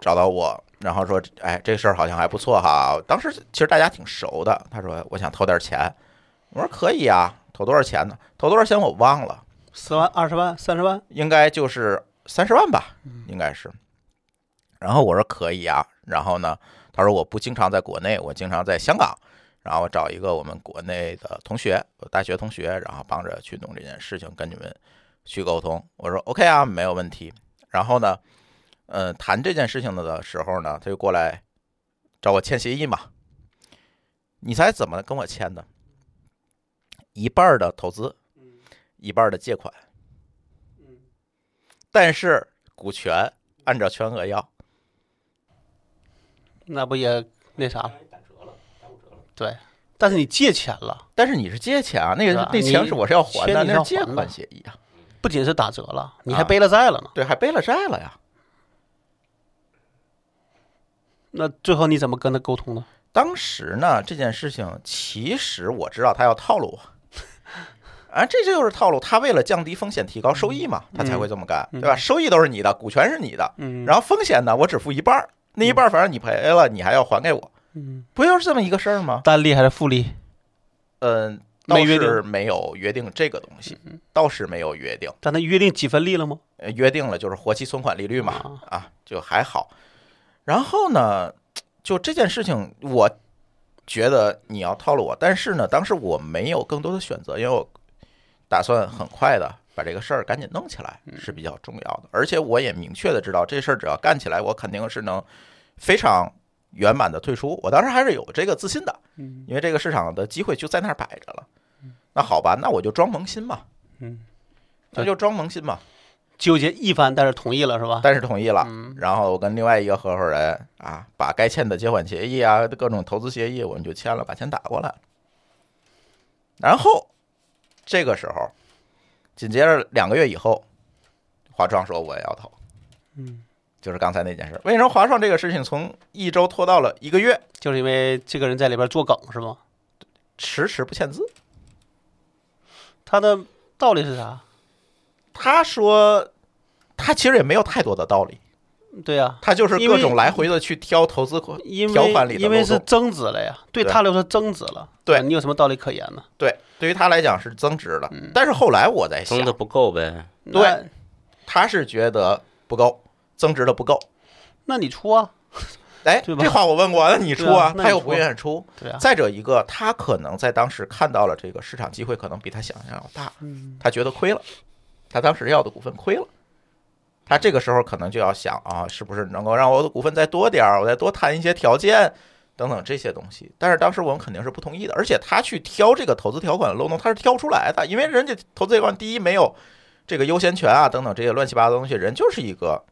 找到我，然后说，哎，这事儿好像还不错哈。当时其实大家挺熟的，他说我想投点钱，我说可以啊，投多少钱呢？投多少钱我忘了，十万、二十万、三十万，应该就是三十万吧，应该是。然后我说可以啊，然后呢，他说我不经常在国内，我经常在香港，然后我找一个我们国内的同学，我大学同学，然后帮着去弄这件事情，跟你们去沟通。我说 OK 啊，没有问题。然后呢，呃，谈这件事情的时候呢，他就过来找我签协议嘛。你猜怎么跟我签的？一半儿的投资，一半儿的借款。但是股权按照全额要。那不也那啥了？对，但是你借钱了，但是你是借钱啊，那是个吧那钱是我是要还的，你那是借签你是要还的款协议啊，不仅是打折了，你还啊背了债了呢。对，还背了债了呀。那最后你怎么跟他沟通呢？当时呢，这件事情其实我知道他要套路 我，啊，这就是套路。他为了降低风险，提高收益嘛，他才会这么干，对吧？收益都是你的，股权是你的，嗯，然后风险呢，我只付一半儿，那一半儿反正你赔了，你还要还给我，嗯，不就是这么一个事儿吗？单利还是复利？嗯，倒没约定嗯是没有约定这个东西，倒是没有约定。但他约定几分利了吗？呃约定了就是活期存款利率嘛，啊，就还好。然后呢，就这件事情，我觉得你要套路我，但是呢，当时我没有更多的选择，因为我打算很快的把这个事儿赶紧弄起来嗯是比较重要的，而且我也明确的知道这事儿只要干起来，我肯定是能非常圆满的退出。我当时还是有这个自信的，嗯因为这个市场的机会就在那儿摆着了。那好吧，那我就装萌新嘛，嗯，那就装萌新嘛。纠结一番，但是同意了是吧？但是同意了，嗯然后我跟另外一个合伙人啊，把该签的接管协议啊，各种投资协议，我们就签了，把钱打过来了。然后这个时候，紧接着两个月以后，华创说我也要投，嗯，就是刚才那件事。为什么华创这个事情从一周拖到了一个月，就是因为这个人在里边做梗是吗？迟迟不签字？他的道理是啥？他说他其实也没有太多的道理，对呀、他就是因为各种来回的去挑投资款。因条款里为的因为漏是洞增值了呀，对对他来说增值了，对啊你有什么道理可言呢？对，对于他来讲是增值了。嗯但是后来我在想增，的不够呗，对那，他是觉得不够，增值的不够。那你出啊，哎，对吧这话我问过，那你出对啊那你他又不出愿意出。对啊，再者一个，他可能在当时看到了这个市场机会，可能比他想象要大，他觉得亏了，他当时要的股份亏了。他这个时候可能就要想啊，是不是能够让我的股份再多点儿，我再多谈一些条件等等这些东西。但是当时我们肯定是不同意的，而且他去挑这个投资条款的漏洞，他是挑不出来的，因为人家投资条款第一没有这个优先权啊等等这些乱七八糟的东西，人就是一个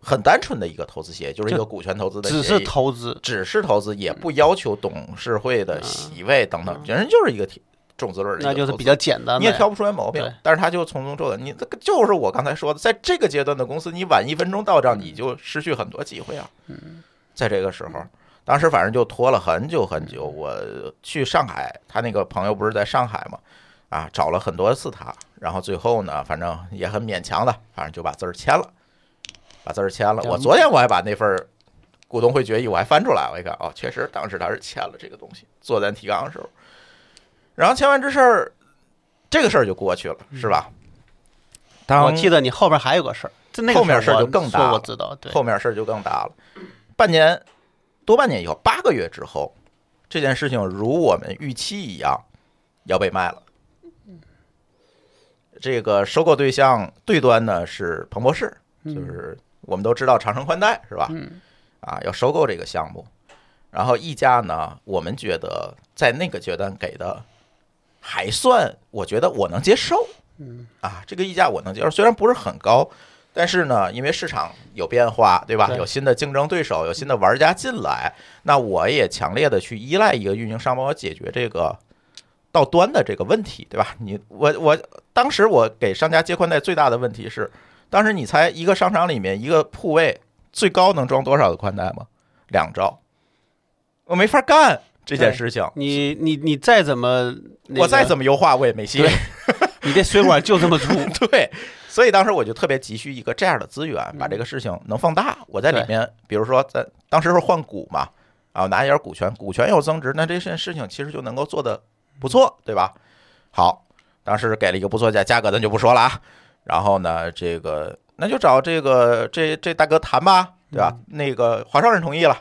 很单纯的一个投资协议，就是一个股权投资的协议，只是投资，只是投资，也不要求董事会的席位等等，人就是一个体种子论的一个嗯那就是投资比较简单的呀，你也挑不出来毛病对，但是他就从中周的，你这个就是我刚才说的，在这个阶段的公司，你晚一分钟到账，你就失去很多机会啊。嗯在这个时候，当时反正就拖了很久很久。我去上海，他那个朋友不是在上海嘛，啊，找了很多次他，然后最后呢，反正也很勉强的，反正就把字儿签了，把字儿签了。咱们我昨天我还把那份儿股东会决议我还翻出来，我一看，哦，确实当时他是签了这个东西，做咱提纲的时候。然后签完这事儿，这个事儿就过去了，是吧？当我记得你后边还有个事儿，这那个后面事事儿儿我就更大说我了知道，对，后面事儿就更大了。半年多半年以后，八个月之后，这件事情如我们预期一样，要被卖了。这个收购对象对端呢是彭博士，就是我们都知道长城宽带是吧？嗯啊，要收购这个项目。然后溢价呢，我们觉得在那个阶段给的还算，我觉得我能接受。嗯，啊，这个溢价我能接受，虽然不是很高，但是呢，因为市场有变化，对吧？对有新的竞争对手，有新的玩家进来，那我也强烈的去依赖一个运营商帮我解决这个到端的这个问题，对吧？你我我当时我给商家接宽带最大的问题是，当时你猜一个商场里面一个铺位最高能装多少的宽带吗？两兆，我没法干这件事情。你你你再怎么，我再怎么，么优化，我也没戏。对你这水管就 这么粗，对，所以当时我就特别急需一个这样的资源，把嗯这个事情能放大。我在里面，比如说在当时是换股嘛，啊，我拿一点股权，股权有增值，那这件事情其实就能够做得不错，对吧？好，当时给了一个不错价，价格咱就不说了啊。然后呢，这个那就找这个这这大哥谈吧，对吧？那个华创人同意了，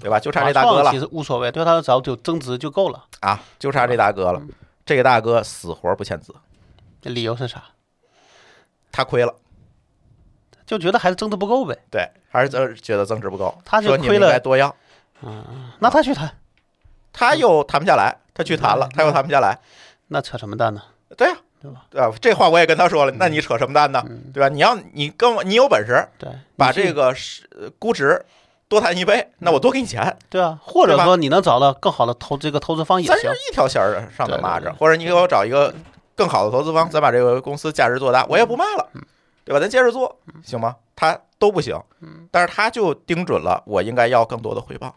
对吧？就差这大哥嗯华啊创了其实无所谓，对他只要有增值就够了。啊，就差这大哥嗯了。这个大哥死活不签字，这理由是啥？他亏了。就觉得还是增值不够呗。对，还是增觉得增值不够，他就说你们亏了嗯应该多要，那他去谈，他又谈不下来，他去谈了，他又谈不下来，那扯什么蛋呢？对呀、嗯对对吧嗯吧？这话我也跟他说了，那你扯什么蛋呢？对吧？你要你跟我，你有本事对，把你去嗯这个是呃估值多谈一倍，那我多给你钱，对啊，或者对吧说你能找到更好的投这个投资方也咱是行。一条线儿上的蚂对对蚱，或者你给我找一个更好的投资方，咱把这个公司价值做大，我也不卖了，嗯对吧？咱接着做，行吗？他都不行，嗯但是他就盯准了，我应该要更多的回报。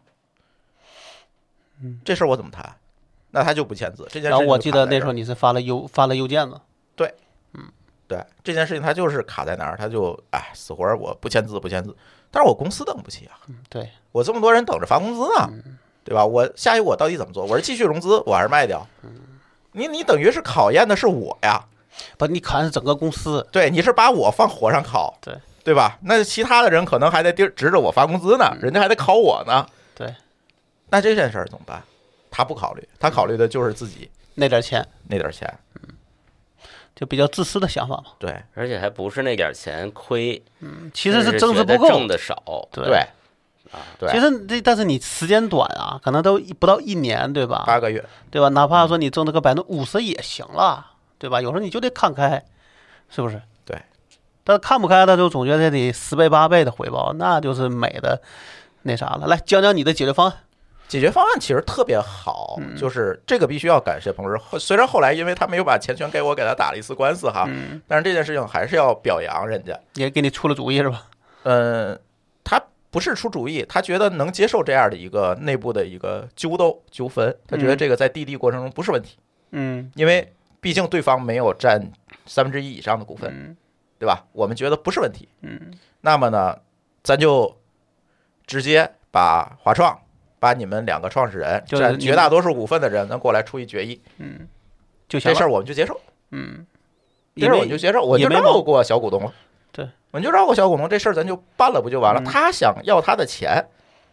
这事儿我怎么谈？那他就不签字。这件事嗯然后情我记得那时就卡在这候儿你是发了邮发了邮件嘛，对这件事情他就是卡在哪儿，他就哎死活儿我不签字不签字，但是我公司等不起啊，对，我这么多人等着发工资呢，嗯对吧？我下一步我到底怎么做？我是继续融资，我还是卖掉？嗯你你等于是考验的是我呀，不，你看是整个公司，对，你是把我放火上烤，对对吧？那其他的人可能还在盯指着我发工资嗯呢，人家还得考我呢。对，那这件事儿怎么办？他不考虑，他考虑的就是自己那点钱那点儿钱。就比较自私的想法嘛。对而且还不是那点儿钱亏，其实是是增值觉得不够挣，的少，对，对啊其实这但是你时间短啊，可能都一不到一年，对吧？八个月，对吧？哪怕说你挣这个百分之五十也行了，对吧？有时候你就得看开，是不是？对。但是看不开，他就总觉得得十倍八倍的回报，那就是美的那啥了。来讲讲你的解决方案。解决方案其实特别好，嗯就是这个必须要感谢彭老师。后虽然后来因为他没有把钱全给我，给他打了一次官司哈，嗯，但是这件事情还是要表扬人家。也给你出了主意是吧？嗯，他不是出主意，他觉得能接受这样的一个内部的一个纠斗纠纷，他觉得嗯这个在滴滴过程中不是问题，嗯因为毕竟对方没有占三分之一以上的股份，嗯对吧？我们觉得不是问题。嗯那么呢，咱就直接把华创，把你们两个创始人就是占你绝大多数股份的人能过来出一决议，嗯，就这行了。事儿我们就接受，嗯，这事儿我们就接受，我也就没绕毛过小股东了。对，我就绕过小股东，这事儿咱就办了，不就完了？嗯他想要他的钱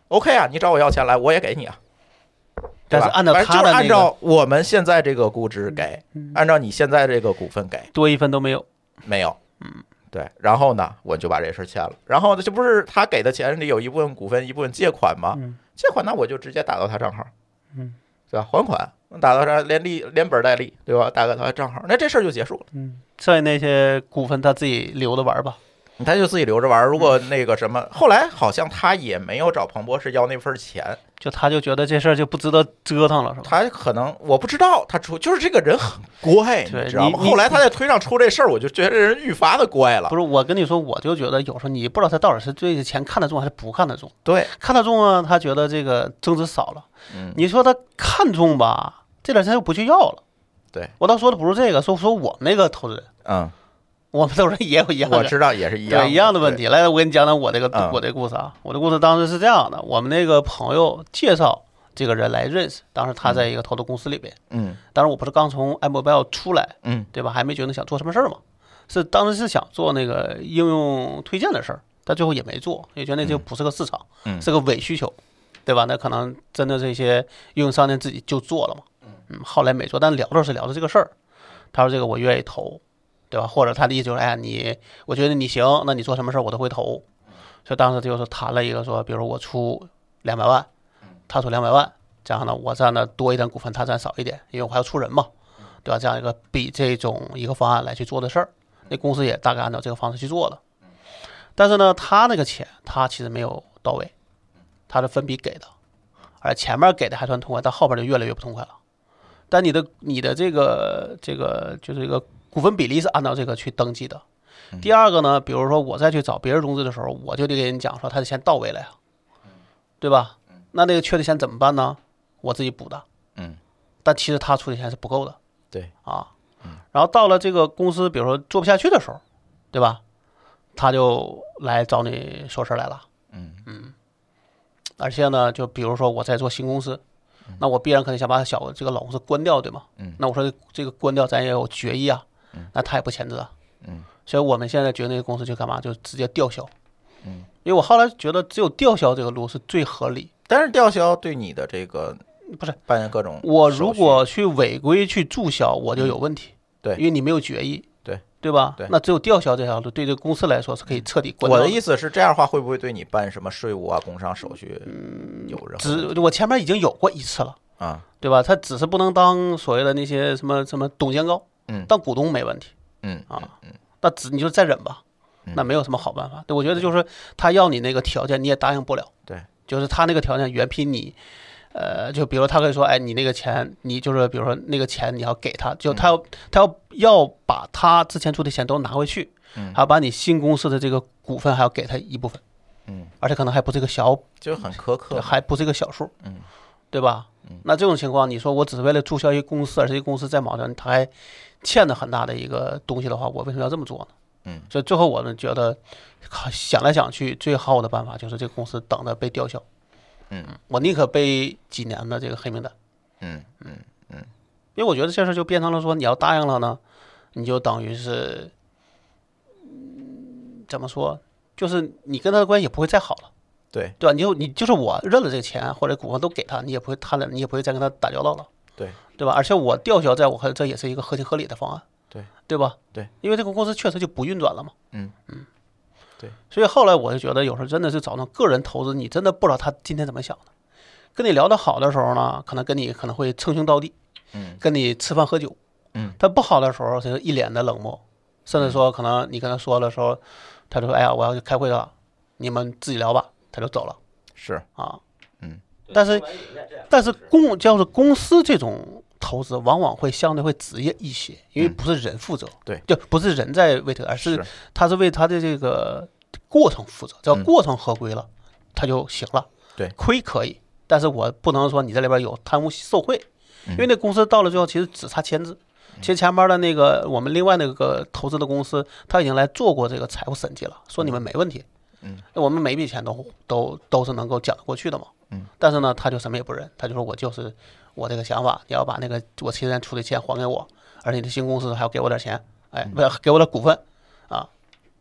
，OK 啊，你找我要钱来，我也给你啊。对但吧是按照反正他就是的按那个照我们现在这个估值给，嗯按照你现在这个股份给，多一分都没有。没有。嗯对，然后呢，我就把这事儿签了。然后呢，这不是他给的钱里有一部分股份，一部分借款吗？嗯借款那我就直接打到他账号，嗯，对吧？还款打到他连利连本带利，对吧？打到他账号，那这事儿就结束了。嗯，剩下那些股份他自己留着玩儿吧。他就自己留着玩嗯儿。如果那个什么，后来好像他也没有找彭博士要那份钱，就他就觉得这事儿就不值得折腾了，是吧？他可能我不知道，他出就是这个人很怪，对知道吗？你你后来他在推上出这事儿，我就觉得这人愈发的怪了不。是，我跟你说，我就觉得有时候你不知道他到底是对这钱看得重还是不看得重。对，看得重啊，他觉得这个增值少了；嗯，你说他看重吧，这点钱又不去要了。对我倒说的不是这个，说说我们那个投资人，嗯，我们投资人也有一样的我知道也是一样对一样的问对。题。来，我给你讲讲我这个、嗯我这故事啊。我的故事当时是这样的：我们那个朋友介绍这个人来认识，当时他在一个投资公司里边。嗯当时我不是刚从 iMobile 出来，嗯对吧？还没觉得想做什么事儿嘛，是当时是想做那个应用推荐的事儿，但最后也没做，也觉得那就不是个市场，嗯是个伪需求，对吧？那可能真的这些应用商店自己就做了嘛，嗯，后来没做，但聊着是聊着这个事儿，他说这个我愿意投，对吧？或者他的意思就是，哎呀，你我觉得你行，那你做什么事儿我都会投，嗯所以当时就是谈了一个说，比如说我出两百万，嗯他出两百万，这样呢我占的多一点股份，他占少一点，因为我还要出人嘛。对吧？这样一个比这种一个方案来去做的事儿，那公司也大概按照这个方式去做了。但是呢，他那个钱他其实没有到位，他是分笔给的，而前面给的还算痛快，到后边就越来越不痛快了。但你的你的这个这个就是一个股份比例是按照这个去登记的。第二个呢，比如说我再去找别人融资的时候，我就得给人讲说他的钱到位了呀，对吧？那那个缺的钱怎么办呢？我自己补的。嗯，但其实他出的钱是不够的。对啊，然后到了这个公司，比如说做不下去的时候，对吧？他就来找你说事儿来了。嗯而且呢，就比如说我在做新公司，那我必然肯定想把小这个老公司关掉，对吗？嗯那我说这个关掉，咱也有决议啊。那他也不签字啊。嗯。所以我们现在决定这个公司就干嘛，就直接吊销。嗯。因为我后来觉得只有吊销这个路是最合理。但是吊销对你的这个不是办各种手续，我如果去违规去注销，我就有问题。嗯对因为你没有决议。对。对吧？对嗯那只有吊销这条路，对这个公司来说是可以彻底关掉我的意思是这样的话，会不会对你办什么税务啊、工商手续有任何问题嗯只我前面已经有过一次了，啊？对吧？他只是不能当所谓的那些什么什么董监高，嗯当股东没问题，嗯啊，那只你就再忍吧，那没有什么好办法。对，我觉得就是他要你那个条件，你也答应不了。对，就是他那个条件远比你，呃，就比如他可以说，哎，你那个钱，你就是比如说那个钱你要给他，就他要、他要要把他之前出的钱都拿回去，嗯还要把你新公司的这个股份还要给他一部分，嗯，而且可能还不是一个小就很苛刻。还不是一个小数，嗯，对吧？那这种情况，你说我只是为了注销一个公司，而这个公司再矛盾，他还欠着很大的一个东西的话，我为什么要这么做呢？嗯，所以最后我们觉得，靠想来想去，最好的办法就是这个公司等着被吊销。嗯，我宁可背几年的这个黑名单，嗯因为我觉得这事儿就变成了说，你要答应了呢，你就等于是，嗯，怎么说，就是你跟他的关系也不会再好了。对对吧？你就你就是我认了这个钱或者股份都给他，你也不会贪婪，你也不会再跟他打交道了，对对吧？而且我吊销，在我看来这也是一个合情合理的方案，对对吧？对，因为这个公司确实就不运转了嘛。嗯嗯，对，所以后来我就觉得，有时候真的是找那个人投资，你真的不知道他今天怎么想的。跟你聊得好的时候呢，可能跟你可能会称兄道弟，嗯跟你吃饭喝酒，嗯，但不好的时候，他就一脸的冷漠，甚至说可能你跟他说的时候，他就说：“哎呀，我要去开会了，你们自己聊吧。”他就走了是，啊。嗯，但是但是公要是公司这种投资，往往会相对会职业一些，因为嗯不是人负责，对，就不是人在为这个，而是是他是为他的这个过程负责，只要嗯过程合规了，他就行了。对亏可以，但是我不能说你这里边有贪污受贿，嗯因为那公司到了最后其实只差签字。其实前面的那个我们另外那个投资的公司，他已经来做过这个财务审计了，说你们没问题。嗯，我们每笔钱都都都是能够讲得过去的嘛。嗯，但是呢，他就什么也不认，他就说我就是我这个想法，你要把那个我七年出的钱还给我，而且你的新公司还要给我点钱，哎，嗯不是给我点股份啊，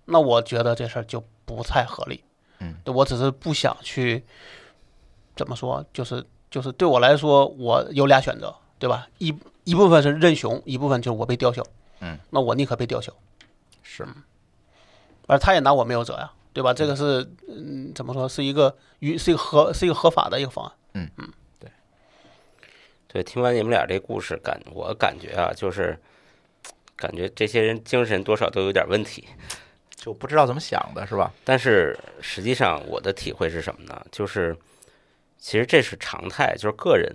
那我觉得这事儿就不太合理。嗯，我只是不想去怎么说，就是就是对我来说，我有俩选择，对吧？一一部分是认熊，一部分就是我被吊销。嗯，那我宁可被吊销，嗯是，而他也拿我没有辙呀，对吧？这个是嗯，怎么说是一个与是一个合是一个合法的一个方案。对，听完你们俩这故事，感我感觉啊，就是感觉这些人精神多少都有点问题。就不知道怎么想的是吧？但是实际上我的体会是什么呢？就是其实这是常态，就是个人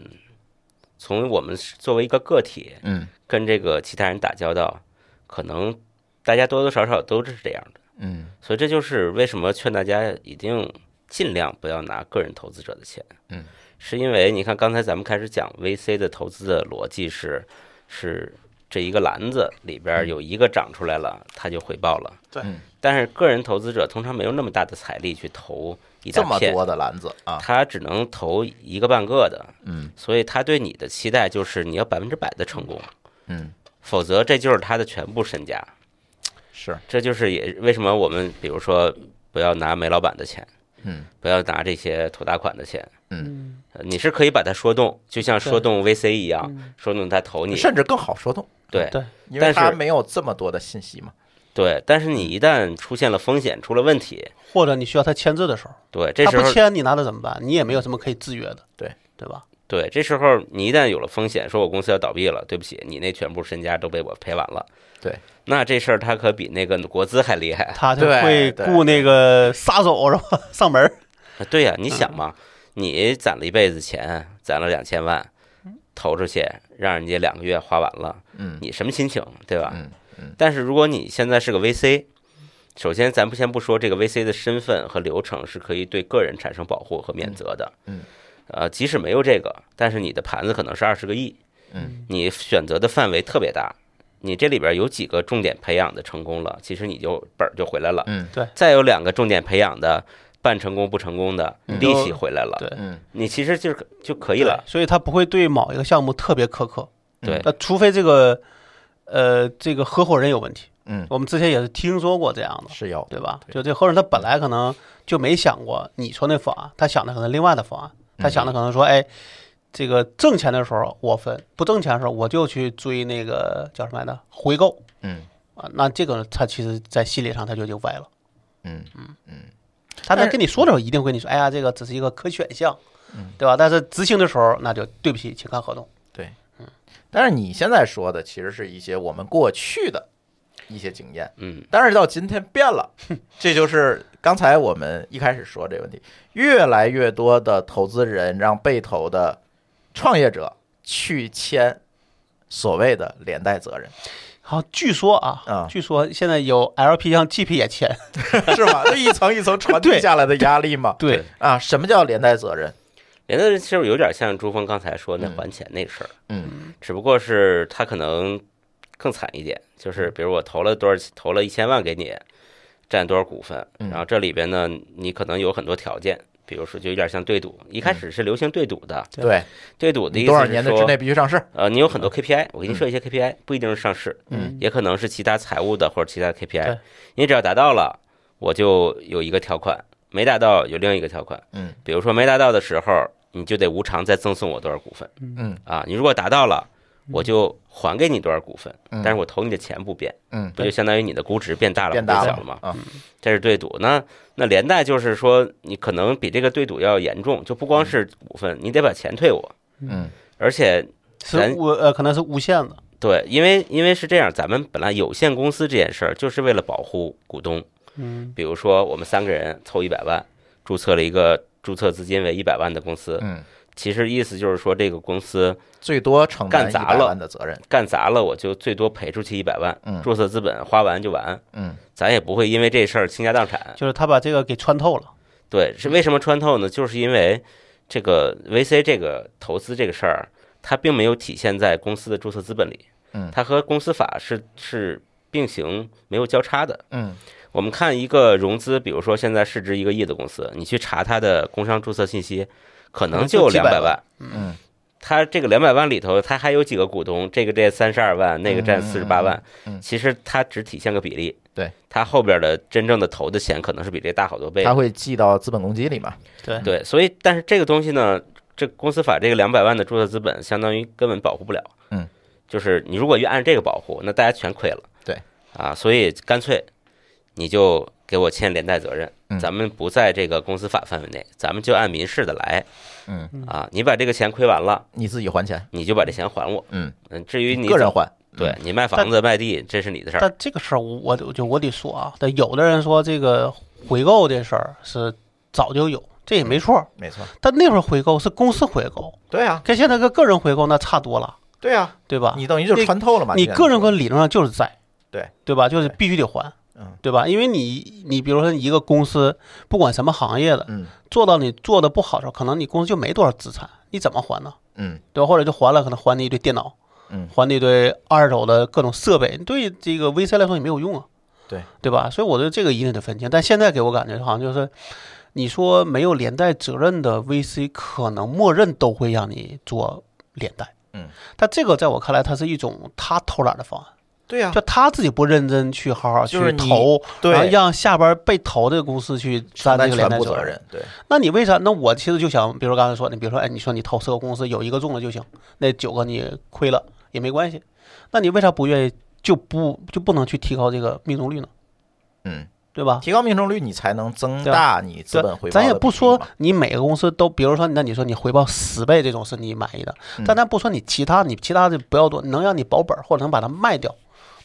从我们作为一个个体嗯跟这个其他人打交道，可能大家多多少少都是这样的。嗯所以这就是为什么劝大家一定尽量不要拿个人投资者的钱。嗯，是因为你看刚才咱们开始讲 VC 的投资的逻辑是，是这一个篮子里边有一个长出来了，它就回报了。对嗯但是个人投资者通常没有那么大的财力去投一这大么片，多的篮子啊，他只能投一个半个的，嗯所以他对你的期待就是你要百分之百的成功，嗯否则这就是他的全部身家。是，这就是也为什么我们比如说不要拿煤老板的钱，嗯不要拿这些土大款的钱，嗯，呃你是可以把它说动，就像说动 VC 一样，嗯说动他投你，甚至更好说动，对对，因为但他是没有这么多的信息嘛。对。但是你一旦出现了风险，出了问题，或者你需要他签字的时候，对，这他时不候签你拿他怎么办？你也没有什么可以制约的。对对吧？对，这时候你一旦有了风险，说我公司要倒闭了，对不起，你那全部身家都被我赔完了，对，那这事儿他可比那个国资还厉害。啊他就哎对会对雇那个杀手是吧？ 上门儿啊 对呀、嗯你想嘛，你攒了一辈子钱，攒了两千万，投出去，让人家两个月花完了，嗯你什么心情，对吧？嗯但是如果你现在是个 VC，首先咱不先不说这个 VC 的身份和流程是可以对个人产生保护和免责的，嗯嗯呃，即使没有这个，但是你的盘子可能是二十个亿，嗯，你选择的范围特别大，你这里边有几个重点培养的成功了，其实你就本儿就回来了，嗯再有两个重点培养的半成功不成功的，嗯利息回来了，对嗯你其实就是就可以了，对所以他不会对某一个项目特别苛刻。嗯对那除非这个呃这个合伙人有问题，嗯，我们之前也是听说过这样的，是有的对吧？对就这合伙人他本来可能就没想过你说那方案，他想的可能另外的方案，嗯他想的可能说，哎，这个挣钱的时候我分，不挣钱的时候我就去追那个叫什么来着回购嗯啊。那这个他其实在心理上他就就歪了。嗯他但在是跟你说的时候，一定会跟你说，哎呀，这个只是一个可选项，嗯对吧？但是执行的时候，那就对不起，请看合同。对，但是你现在说的其实是一些我们过去的一些经验，嗯。但是到今天变了， 这就是刚才我们一开始说这个问题，越来越多的投资人让被投的创业者去签所谓的连带责 任，好，据说啊，啊据说现在有 LP 让 GP 也签，是吧？这一层一层传递对下来的压力嘛。 对，啊，什么叫连带责任？连带人其实有点像朱峰刚才说那嗯还钱那事儿，嗯，只不过是他可能更惨一点，就是嗯比如我投了多少，投了一千万给你，占多少股份，嗯然后这里边呢，你可能有很多条件，比如说就有点像对赌，一开始是流行对赌的，对，对赌的嗯意你多少思是年的之内说，必须上市？呃，你有很多 KPI，我给你设一些 KPI，不一定是上市，嗯也可能是其他财务的或者其他对 KPI，你只要达到了，我就有一个条款，没达到有另一个条款，嗯比如说没达到的时候，你就得无偿再赠送我多少股份。嗯啊，你如果达到了，我就还给你多少股份，嗯但是我投你的钱不变，嗯，不就相当于你的估值变大了变不大变了小了吗？啊，这是对赌。那那连带就是说，你可能比这个对赌要严重，就不光是股份，你得把钱退我，嗯而且是咱无呃，可能是诬陷了，对，因为因为是这样，咱们本来有限公司这件事儿就是为了保护股东，嗯比如说我们三个人凑一百万，注册了一个注册资金为一百万的公司，嗯，其实意思就是说这个公司最多承担干一砸百了万的责任，干砸了，我就最多赔出去一百万，嗯注册资本花完就完，嗯咱也不会因为这事儿倾家荡产。就是他把这个给穿透了，对，是为什么穿透呢？就是因为这个 VC 这个投资这个事儿，它并没有体现在公司的注册资本里，嗯它和公司法是是并行没有交叉的。嗯我们看一个融资，比如说现在市值一个亿的公司，你去查它的工商注册信息，可能可就能就几两百百万。嗯它这个两百万里头，它还有几个股东，这个占三十二万，那个占四十八万。嗯嗯嗯其实它只体现个比例。对，它后边的真正的投的钱可能是比这大好多倍的。他会记到资本公积里嘛？对对，所以但是这个东西呢，这公司法这个两百万的注册资本，相当于根本保护不了。嗯，就是你如果越按这个保护，那大家全亏了。对，啊，所以干脆你就给我签连带责任，嗯咱们不在这个公司法范围内，咱们就按民事的来嗯，啊。你把这个钱亏完了，你自己还钱，你就把这钱还我。嗯，嗯，至于你个人怎还，嗯对嗯你卖房子卖地，这是你的事儿。但这个事儿我我就就我得说啊，但有的人说这个回购这事儿是早就有，这也没错儿，没错，但那会儿回购是公司回购，对啊，跟现在个个人回购那差多了，对啊，对吧？你等于就是穿透了嘛？啊你这样个人说和理论上就是在，对对吧？就是必须得还嗯，对吧？因为你你比如说一个公司，不管什么行业的，嗯做到你做的不好的时候，可能你公司就没多少资产，你怎么还呢？嗯对吧？或者就还了，可能还你一堆电脑，嗯还你一堆二手的各种设备，对这个 VC 来说也没有用啊，对对吧？所以我对这个一定得分清。但现在给我感觉好像就是，你说没有连带责任的 VC，可能默认都会让你做连带。嗯，但这个在我看来，它是一种他偷懒的方案，对啊就，他自己不认真去好好去就是你投，然后对，让下边被投的公司去承担担全这个连带部责责任。任，对，那你为啥？那我其实就想，比如刚才说的，比如说，哎，你说你投十个公司，有一个中了就行，那九个你亏了也没关系。那你为啥不愿意就不就不能去提高这个命中率呢？嗯，对吧？提高命中率，你才能增对啊大你资对本回报的比例嘛。咱也不说你每个公司都，比如说，那你说你回报十倍这种是你满意的，但咱不说你其他，你其他的不要多，能让你保本或者能把它卖掉，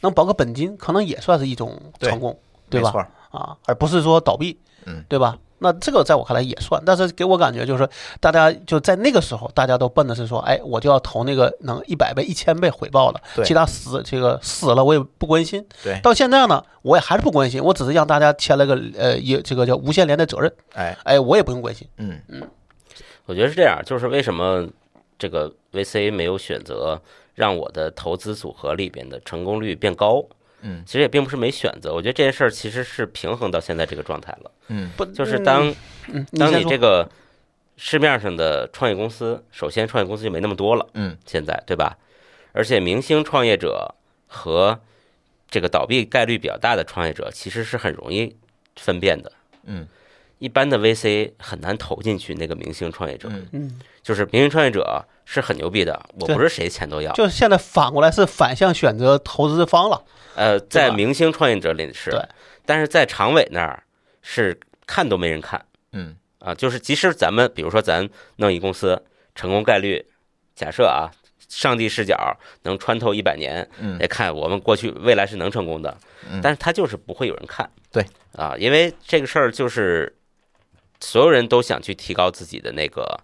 能保个本金，可能也算是一种对成功，对没吧？错，啊，而不是说倒闭，嗯，对吧？那这个在我看来也算，但是给我感觉就是大家就在那个时候，大家都奔的是说，哎，我就要投那个能一百倍、一千倍回报的，对其他死这个死了我也不关心。对，到现在呢，我也还是不关心，我只是让大家签了个呃也这个叫无限连带责任，哎，哎，我也不用关心。嗯我觉得是这样，就是为什么这个 VC 没有选择让我的投资组合里边的成功率变高？嗯其实也并不是没选择，我觉得这件事儿其实是平衡到现在这个状态了，嗯不就是当嗯，当先你说这个市面上的创业公司，首先创业公司就没那么多了，嗯，现在对吧？而且明星创业者和这个倒闭概率比较大的创业者，其实是很容易分辨的。嗯一般的 VC 很难投进去那个明星创业者，嗯嗯，就是明星创业者是很牛逼的，我对不是谁钱都要。就是现在反过来是反向选择投资方了，呃，在吧明星创业者里是对，但是在常委那儿是看都没人看嗯啊。就是即使咱们，比如说咱弄一公司，成功概率，假设啊，上帝视角能穿透一百年，嗯来看我们过去未来是能成功的，嗯但是他就是不会有人看。对啊，因为这个事儿就是所有人都想去提高自己的那个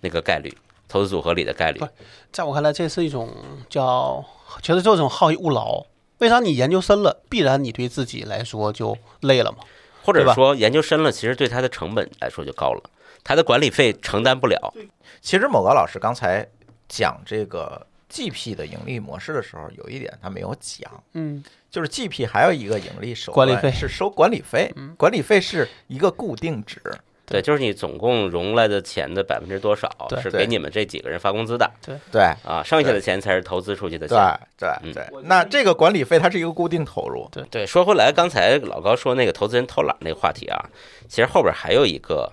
那个概率，投资组合里的概率不。在我看来，这是一种叫，其实就是一种好逸恶劳。为啥你研究深了，必然你对自己来说就累了嘛？或对者吧说研究深了，其实对它的成本来说就高了，它的管理费承担不了。其实某高老师刚才讲这个 GP 的盈利模式的时候，有一点他没有讲，嗯，就是 GP 还有一个盈利手管段理费是收管理费，嗯管理费是一个固定值，对，就是你总共融来的钱的百分之多少对是对给你们这几个人发工资的对啊，剩下的钱才是投资出去的对钱。对对嗯。那这个管理费它是一个固定投入，对，说回来，刚才老高说那个投资人偷懒那个话题啊，其实后边还有一个，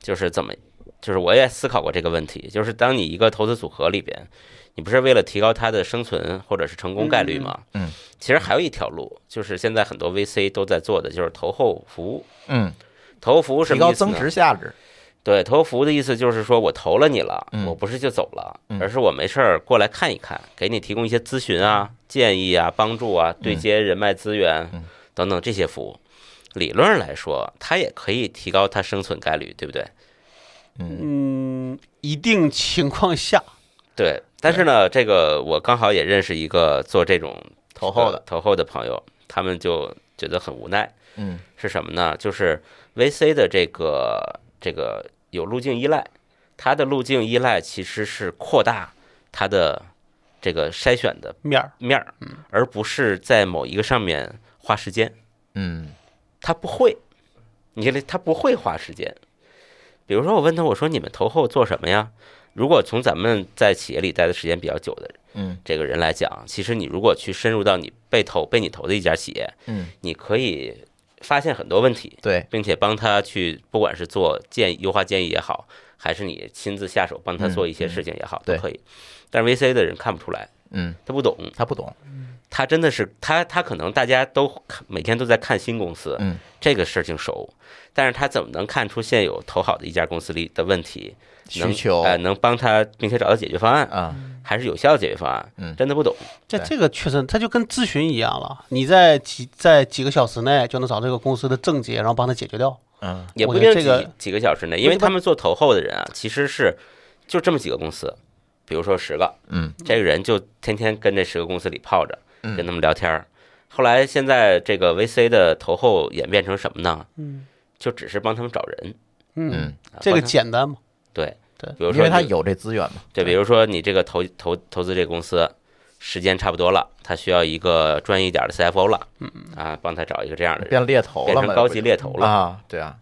就是怎么就是我也思考过这个问题，就是当你一个投资组合里边，你不是为了提高它的生存或者是成功概率吗？嗯嗯，其实还有一条路，就是现在很多 VC 都在做的，就是投后服务。嗯，投后服务什提么高意思增呢？值价值，对，投后服务的意思就是说我投了你了，嗯我不是就走了，嗯而是我没事儿过来看一看，给你提供一些咨询啊、建议啊、帮助啊、对接人脉资源、嗯等等这些服务。理论上来说，它也可以提高它生存概率，对不对？嗯嗯，一定情况下，对，但是呢，这个我刚好也认识一个做这种投后的呃投后的朋友，他们就觉得很无奈，嗯是什么呢？就是 VC 的这个这个有路径依赖，它的路径依赖其实是扩大它的这个筛选的面儿面儿，而不是在某一个上面花时间。嗯他不会，你看他不会花时间。比如说，我问他，我说你们投后做什么呀？如果从咱们在企业里待的时间比较久的嗯这个人来讲，其实你如果去深入到你被投被你投的一家企业，嗯，你可以发现很多问题，对，并且帮他去，不管是做建议优化建议也好，还是你亲自下手帮他做一些事情也好，嗯嗯都可以。但是 VC 的人看不出来，嗯，他不懂，他不懂，他真的是他，他可能大家都看每天都在看新公司，嗯，这个事情熟，但是他怎么能看出现有投好的一家公司里的问题，需能求呃，能帮他并且找到解决方案，啊，还是有效解决方案？嗯真的不懂，这对这个确实，它就跟咨询一样了。你在几在几个小时内就能找这个公司的症结，然后帮他解决掉。嗯也不我一觉定得几、这个几个小时内，因为不是不他们做投后的人啊，其实是就这么几个公司，比如说十个，嗯这个人就天天跟这十个公司里泡着，嗯跟他们聊天儿。后来现在这个 VC 的投后演变成什么呢？嗯就只是帮他们找人，嗯，嗯，啊这个帮他简单嘛？对对比如因说为他你有这资源嘛，对，比如说你这个投投投资这个公司，时间差不多了，他需要一个专业一点的 CFO 了，啊，帮他找一个这样的嗯人，变猎头变了嘛，成高级猎头不就了，啊，对啊，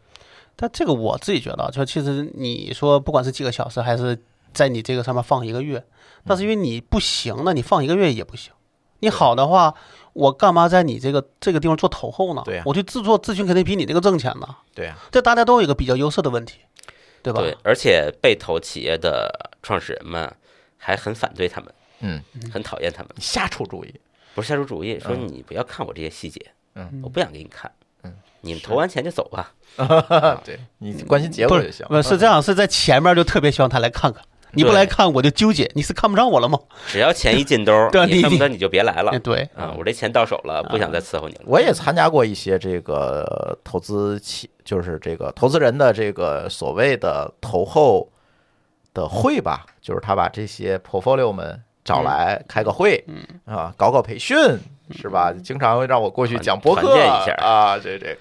但这个我自己觉得啊，就其实你说不管是几个小时，还是在你这个上面放一个月，那是因为你不行，那你放一个月也不行。你好的话，我干嘛在你这个这个地方做投后呢？对呀我去自做咨询肯定比你那个挣钱呢。对啊，这大家都有一个比较优势的问题，对吧？对，而且被投企业的创始人们还很反对他们，嗯，很讨厌他们，你瞎出主意，不是下出主意，说嗯你不要看我这些细节，嗯我不想给你看，嗯，你们投完钱就走吧，嗯 对你关心结不果是就行，嗯不是是这样，是在前面就特别希望他来看看，你不对来看我就纠结，你是看不上我了吗？只要钱一进兜， 对啊你你恨不得你就别来了哎，对，啊，我这钱到手了，不想再伺候你了，我也参加过一些这个投资企，就是这个投资人的这个所谓的投后的会吧，就是他把这些 portfolio 们嗯找来开个会，啊，搞搞培训是吧？经常会让我过去团讲播团客建一下啊，这这，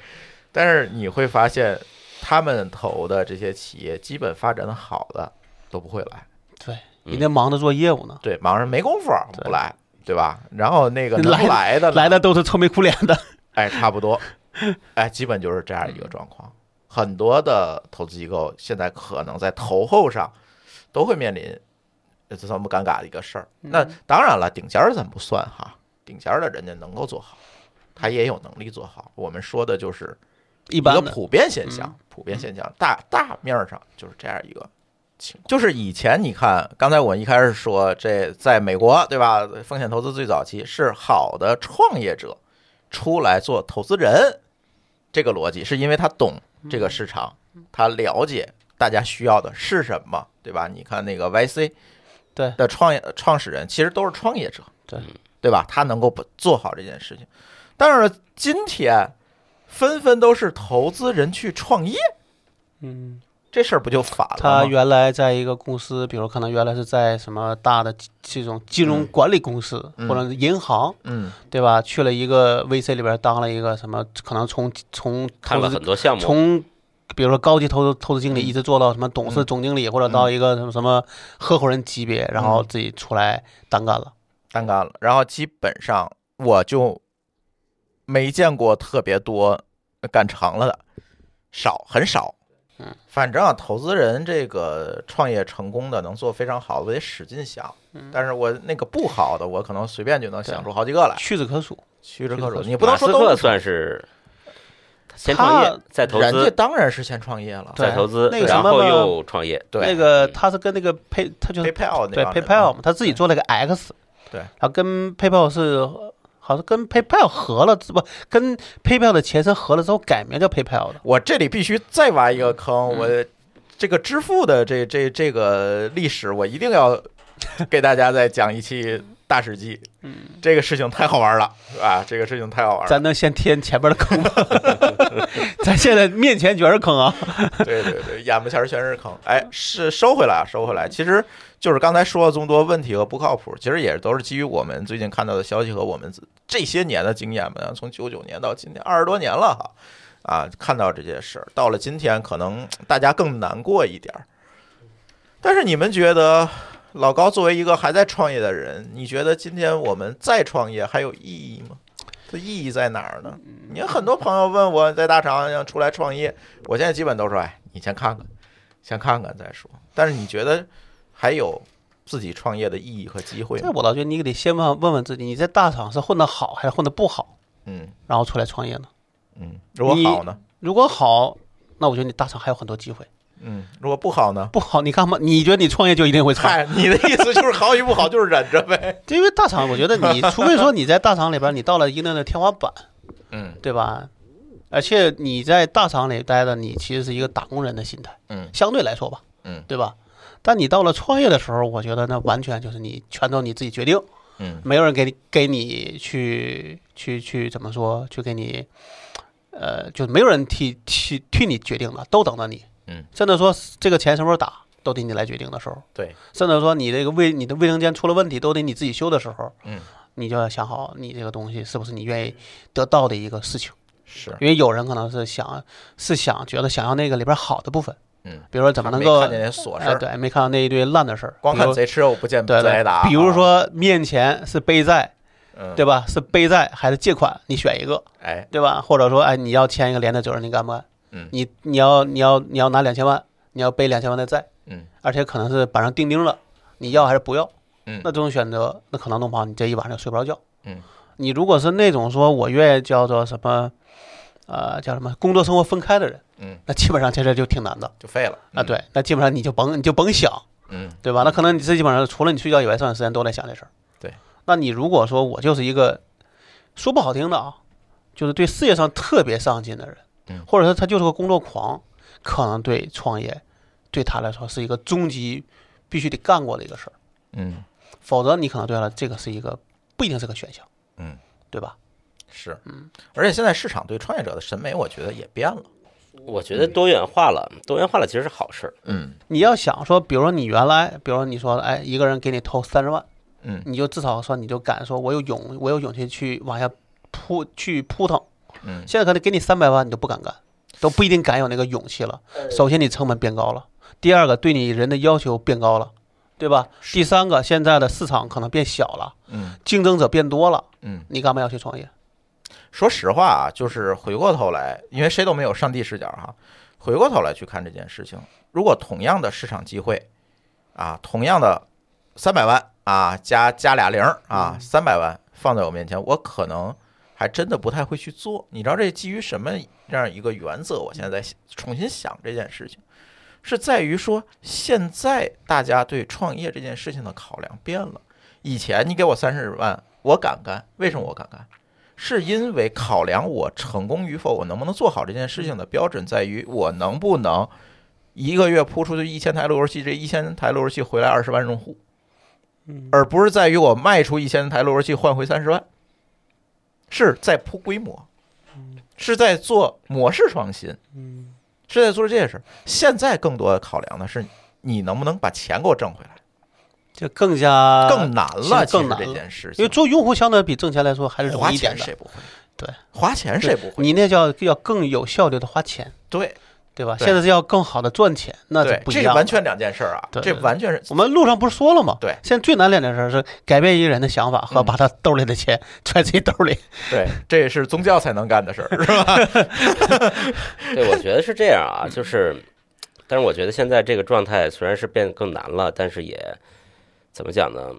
但是你会发现他们投的这些企业，基本发展的好的都不会来，对，嗯人家忙着做业务呢，对，忙着没工夫对不来，对吧？然后 那个能来来的呢来的都是愁眉苦脸的。哎，差不多，哎，基本就是这样一个状况。很多的投资机构现在可能在投后上都会面临呃这么尴尬的一个事儿。那当然了，顶尖儿咱不算哈，顶尖儿的人家能够做好，他也有能力做好。我们说的就是一一嗯个般的，普遍现象，普遍现象，大大面儿上就是这样一个情况。就是以前你看，刚才我一开始说，这在美国对吧？风险投资最早期是好的创业者出来做投资人，这个逻辑是因为他懂这个市场，他了解大家需要的是什么，对吧？你看那个 YC 对的创业创始人，其实都是创业者，对对吧？他能够不做好这件事情，但是今天纷纷都是投资人去创业，嗯，这事儿不就反他了吗？原来在一个公司，比如可能原来是在什么大的这种金融管理公司嗯或者银行，嗯，对吧？去了一个 VC 里边当了一个什么，可能从从看了投资很多项目，从。比如说高级投资投资经理一直做到什么董嗯事嗯总经理，或者到一个什么什么合伙人级别，然后自己出来单干了。单干了。然后基本上我就没见过特别多干长了的，少很少。嗯，反正啊，投资人这个创业成功的能做非常好的，我得使劲想。但是我那个不好的，我可能随便就能想出好几个来，屈指可数。屈指屈可指可数。数你不能马斯说都克不成算是先创业他，再投人家资，当然是先创业了，对再投资，那个什然么后嘛又创业。对那个他是跟那个 Pay，他就是 PayPal 那对帮人嗯 PayPal 嘛，他自己做了个 X，对然后跟 PayPal 是好像跟 PayPal 合了，不跟 PayPal 的前身合了之后改名叫 PayPal 的，我这里必须再挖一个坑，我这个支付的这这这个历史，我一定要给大家再讲一期大史记。嗯，这个事情太好玩了，是吧？这个事情太好玩了。咱能先填前面的坑吗？ 咱现在面前全是坑啊！对对对，眼巴前儿全是坑。哎，是收回来啊，收回来。其实就是刚才说了这么多问题和不靠谱，其实也都是基于我们最近看到的消息和我们自这些年的经验吧。从九九年到今天二十多年了哈，啊，看到这件事儿，到了今天，可能大家更难过一点儿。但是你们觉得，老高作为一个还在创业的人，你觉得今天我们再创业还有意义吗？它意义在哪儿呢？你看很多朋友问我在大厂想出来创业，我现在基本都说，哎，你先看看，先看看再说。但是你觉得还有自己创业的意义和机会这吗？我老觉得你得先问问问自己，你在大厂是混得好还是混得不好，嗯然后出来创业呢？嗯，如果好呢？如果好，那我觉得你大厂还有很多机会；嗯，如果不好呢？不好，你干嘛？你觉得你创业就一定会惨？嗨，你的意思就是好与不好就是忍着呗。因为大厂，我觉得 你除非说你在大厂里边你到了一定的天花板，嗯对吧？而且你在大厂里待的，你其实是一个打工人的心态，嗯相对来说吧，嗯对吧？但你到了创业的时候，我觉得那完全就是你全都你自己决定，嗯没有人给你给你去去去怎么说，去给你，呃，就没有人替替替你决定了，都等着你。嗯，甚至说这个钱什么时候打，都得你来决定的时候，对，甚至说你这个卫你的卫生间出了问题，都得你自己修的时候，嗯，你就要想好你这个东西是不是你愿意得到的一个事情。是因为有人可能是想是想觉得想要那个里边好的部分，嗯，比如说怎么能没够看见那琐事哎儿，对，没看到那一堆烂的事儿，光比看如贼吃肉不见对贼挨打。啊对，比如，说面前是背债，嗯，对吧？是背债还是借款？你选一个，哎，对吧？或者说，哎，你要签一个连带责任，你干不干？嗯你你要你要你要拿两千万，你要背两千万的债，嗯，而且可能是板上钉钉了，你要还是不要？嗯那这种选择，那可能弄不好你这一晚上就睡不着觉。嗯，你如果是那种说我愿意叫做什么，呃，叫什么工作生活分开的人，嗯，那基本上这事儿就挺难的。就废了啊，，对，那基本上你就甭你就甭想，嗯对吧？那可能你这基本上除了你睡觉以外，剩下时间都在想这事儿。对，那你如果说我就是一个说不好听的啊，就是对事业上特别上进的人，嗯或者说他就是个工作狂，可能对创业对他来说是一个终极必须得干过的一个事儿，嗯，否则你可能对他来这个是一个不一定是个选项，嗯，对吧？是，而且现在市场对创业者的审美，我觉得也变了。我觉得嗯多元化了，多元化了其实是好事儿。嗯你要想说，比如说你原来，比如说你说，哎，一个人给你投三十万，嗯你就至少说，你就敢说，我有勇，我有勇气去往下扑，去扑腾。嗯现在可能给你三百万，你都不敢干，都不一定敢有那个勇气了。哎首先，你成本变高了；第二个，对你人的要求变高了，对吧？第三个，现在的市场可能变小了，嗯竞争者变多了，嗯，你干嘛要去创业？说实话啊，就是回过头来，因为谁都没有上帝视角哈，回过头来去看这件事情，如果同样的市场机会啊，同样的三百万啊，加加俩零儿啊，三百万放在我面前，我可能还真的不太会去做。你知道这基于什么样一个原则？我现在在想重新想这件事情，是在于说现在大家对创业这件事情的考量变了。以前你给我三十万，我敢干，为什么我敢干？是因为考量我成功与否，我能不能做好这件事情的标准在于我能不能一个月铺出去一千台路由器，这一千台路由器回来二十万用户，而不是在于我卖出一千台路由器换回三十万，是在铺规模，是在做模式创新，是在做这些事儿。现在更多的考量的是你能不能把钱给我挣回来，这更加更难了。其其实呃更实难了这件事因情，为做用户相对比挣钱来说还是容花易一点钱的，谁不会？对，花钱谁不会？你那叫要更有效率的花钱，对，对吧？对现在是要更好的赚钱，那对就，不一这样是了。完全两件事儿啊，对这对完全是我们路上不是说了吗？对现在最难两件事是改变一个人的想法和嗯把他兜里的钱 揣自己兜里。对，这是宗教才能干的事 儿，是吧？ 对，我觉得是这样啊，嗯就是，但是我觉得现在这个状态虽然是变得更难了，但是也怎么讲呢？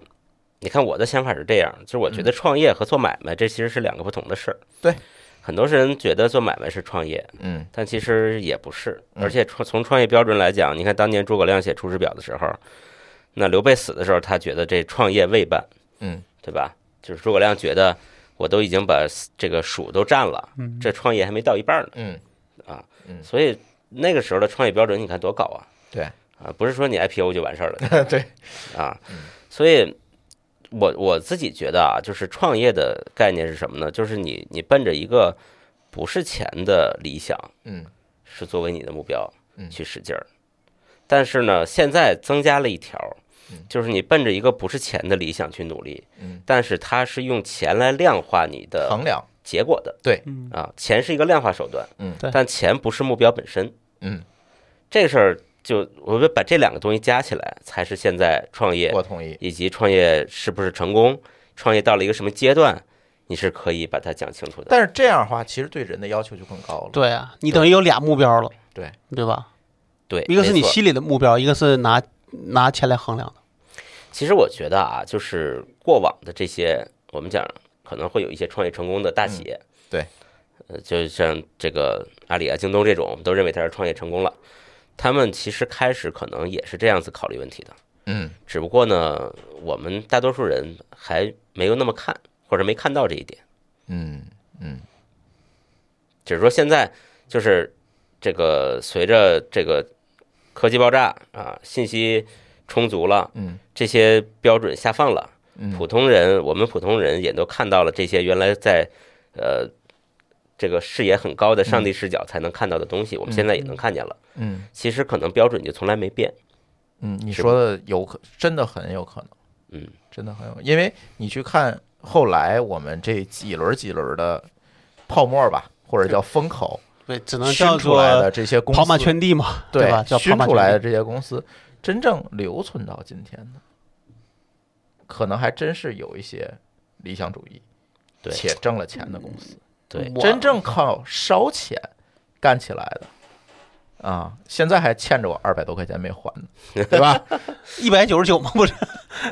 你看我的想法是这样，就是我觉得创业和做买卖这其实是两个不同的事儿。嗯对，很多人觉得做买卖是创业，嗯但其实也不是。嗯而且创从创业标准来讲，你看当年诸葛亮写《出师表》的时候，那刘备死的时候，他觉得这创业未半，嗯对吧？就是诸葛亮觉得我都已经把这个蜀都占了，这创业还没到一半呢。嗯 所以那个时候的创业标准，你看多高啊！对啊，不是说你 IPO 就完事儿了， 对，啊，嗯所以我我自己觉得啊，就是创业的概念是什么呢？就是你你奔着一个不是钱的理想，嗯是作为你的目标嗯去使劲儿。但是呢，现在增加了一条，就是你奔着一个不是钱的理想去努力，嗯，但是它是用钱来量化你呃的衡量，结果的，对嗯啊，钱是一个量化手段，嗯对但钱不是目标本身，嗯，这个事儿就我们把这两个东西加起来，才是现在创业我同意，以及创业是不是成功，创业到了一个什么阶段，你是可以把它讲清楚的。但是这样的话，其实对人的要求就更高了，对啊，你等于有俩目标了，对对吧？对，一个是你没错心里的目标，一个是拿拿钱来衡量的。其实我觉得啊，就是过往的这些，我们讲可能会有一些创业成功的嗯大企业，对，呃，就像这个阿里啊、京东这种，我们都认为它是创业成功了。他们其实开始可能也是这样子考虑问题的，嗯只不过呢，我们大多数人还没有那么看，或者没看到这一点。嗯嗯只是说现在就是这个随着这个科技爆炸啊，信息充足了，嗯这些标准下放了，嗯普通人我们普通人也都看到了这些原来在呃这个视野很高的上帝视角才能看到的东西，我们现在也能看见了。嗯其实可能标准就从来没变，嗯，你是说的有可真的很有可能。嗯，真的很有，因为你去看后来我们这几轮几轮的泡沫吧，或者叫风口，对，只能叫熏出来做的这些公司，跑马圈地嘛，对吧？叫跑熏马出来的圈地。这些公司，真正留存到今天的，可能还真是有一些理想主义对且挣了钱的公司，对，我真正靠烧钱干起来的。啊，现在还欠着我二百多块钱没还呢， 对吧？ 一百九十九嘛，不是？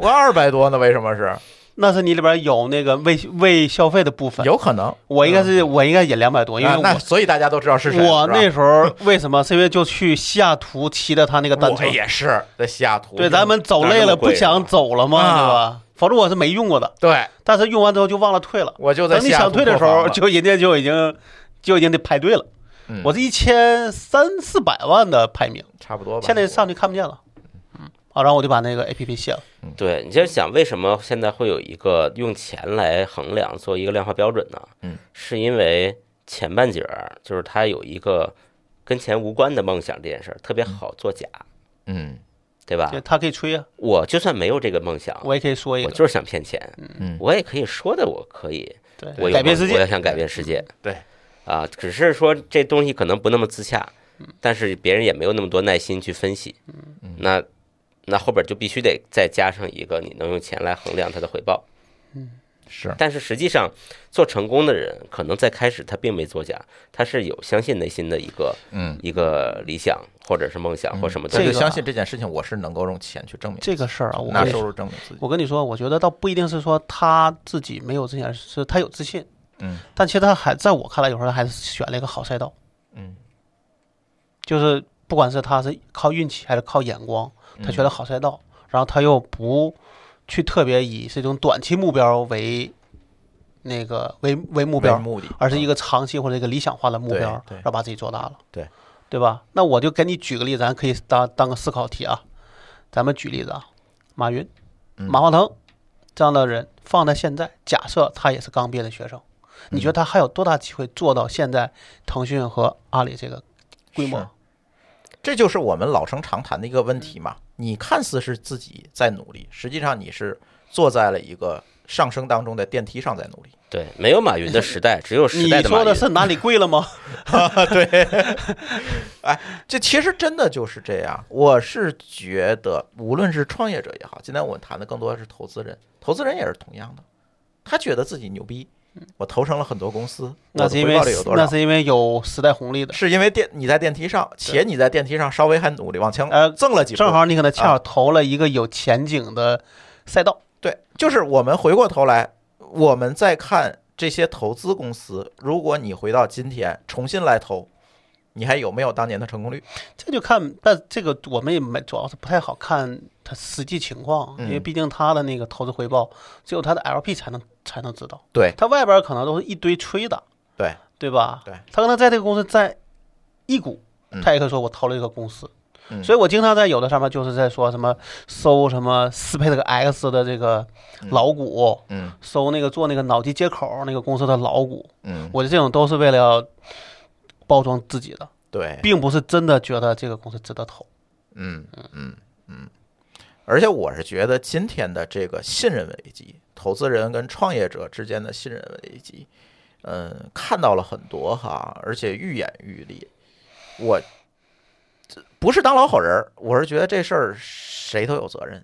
我二百多呢，为什么是？那是你里边有那个未未消费的部分。有可能，我应该是我应该也两百多，因为啊我那所以大家都知道是谁。我是吧那时候为什么？是因为就去西雅图骑的他那个单我车。也是在西雅图。对，咱们走累哪儿那么了贵不想走了嘛，啊对吧？反正我是没用过的，对，但是用完之后就忘了退了。我就在等西你雅想图退的时候，破防了就人家就已经就已经得排队了。嗯我是一千三四百万的排名，差不多吧。现在上去看不见了。嗯，啊，然后我就把那个 A P P 卸了。对，你就想为什么现在会有一个用钱来衡量做一个量化标准呢？嗯，是因为前半截儿就是他有一个跟钱无关的梦想这件事儿特别好作假，嗯对吧对，？他可以吹啊，我就算没有这个梦想，我也可以说一我个，就是想骗钱，嗯我也可以说的我可以，我对，有改变梦世界我嗯要。想改变世界，对，啊，只是说这东西可能不那么自洽，嗯但是别人也没有那么多耐心去分析，那那后边就必须得再加上一个你能用钱来衡量它的回报。是但是实际上，做成功的人可能在开始他并没作假，他是有相信内心的一个嗯，一个理想或者是梦想啊或什么东这西。个嗯这个相信这件事情，我是能够用钱去证明这个事儿啊，我拿跟你收说，入证明自己。我跟你说，我觉得倒不一定是说他自己没有自信，而是他有自信。嗯，但其实他还在我看来，有时候他还是选了一个好赛道。嗯，就是不管是他是靠运气还是靠眼光，他嗯选了好赛道，然后他又不去特别以这种短期目标为那个为为目标为，目的，而是一个个长期或者一个理想化的目标，对对然后把自己做大了，对对吧？那我就给你举个例子，咱可以当当个思考题啊。咱们举例子啊，马云、嗯马化腾这样的人放在现在，假设他也是刚毕业的学生，你觉嗯得他还有多大机会做到现在腾讯和阿里这个规模是？嗯这就是我们老生常谈的一个问题嘛。你看似是自己在努力，实际上你是坐在了一个上升当中的电梯上在努力。对，没有马云的时代，只有时你代的马说云的。是哪里贵 了吗？这其实真的就是这样。我是觉得，无论是创业者也好，今天我们谈的更多的是投资人，投资人也是同样的，他觉得自己牛逼，我投成了很多公司，嗯那我是的因回为报率有多那少？是因为有时代红利的，是因为电你在电梯上，且你在电梯上稍微还努力往前呃挣了几步，啊正好你可能恰好投了一个有前景的赛道。对，就是我们回过头来，我们再看这些投资公司，如果你回到今天重新来投，你还有没有当年的成功率？这就看，但这个我们也没，主要是不太好看它实际情况，嗯因为毕竟它的那个投资回报只有它的 LP 才能才能知道，对它外边可能都是一堆吹的，对对吧？对，他可能在这个公司在一股嗯，他也可以说我投了一个公司，嗯所以我经常在有的上面就是在说什么搜什么适配这个 X 的这个老股，嗯搜那个做那个脑机接口那个公司的老股，嗯，我觉得这种都是为了要包装自己的，对，并不是真的觉得这个公司值得投。嗯嗯嗯。而且我是觉得今天的这个信任危机，投资人跟创业者之间的信任危机，嗯，看到了很多哈，而且愈演愈烈。我这不是当老好人儿，我是觉得这事儿谁都有责任。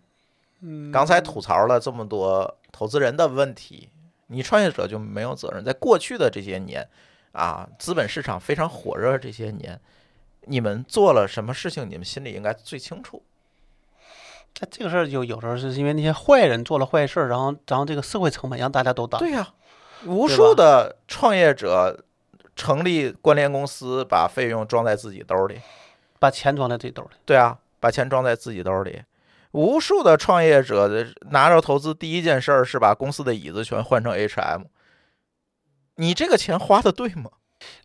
嗯刚才吐槽了这么多投资人的问题，你创业者就没有责任。在过去的这些年，啊，资本市场非常火热这些年，你们做了什么事情，你们心里应该最清楚。但这个事儿就有时候是因为那些坏人做了坏事儿，然后然后这个社会成本让大家都担。对呀、无数的创业者成立关联公司，把费用装在自己兜里。把钱装在自己兜里。对啊，把钱装在自己兜里。无数的创业者的拿着投资，第一件事儿是把公司的椅子全换成 HM。你这个钱花的对吗？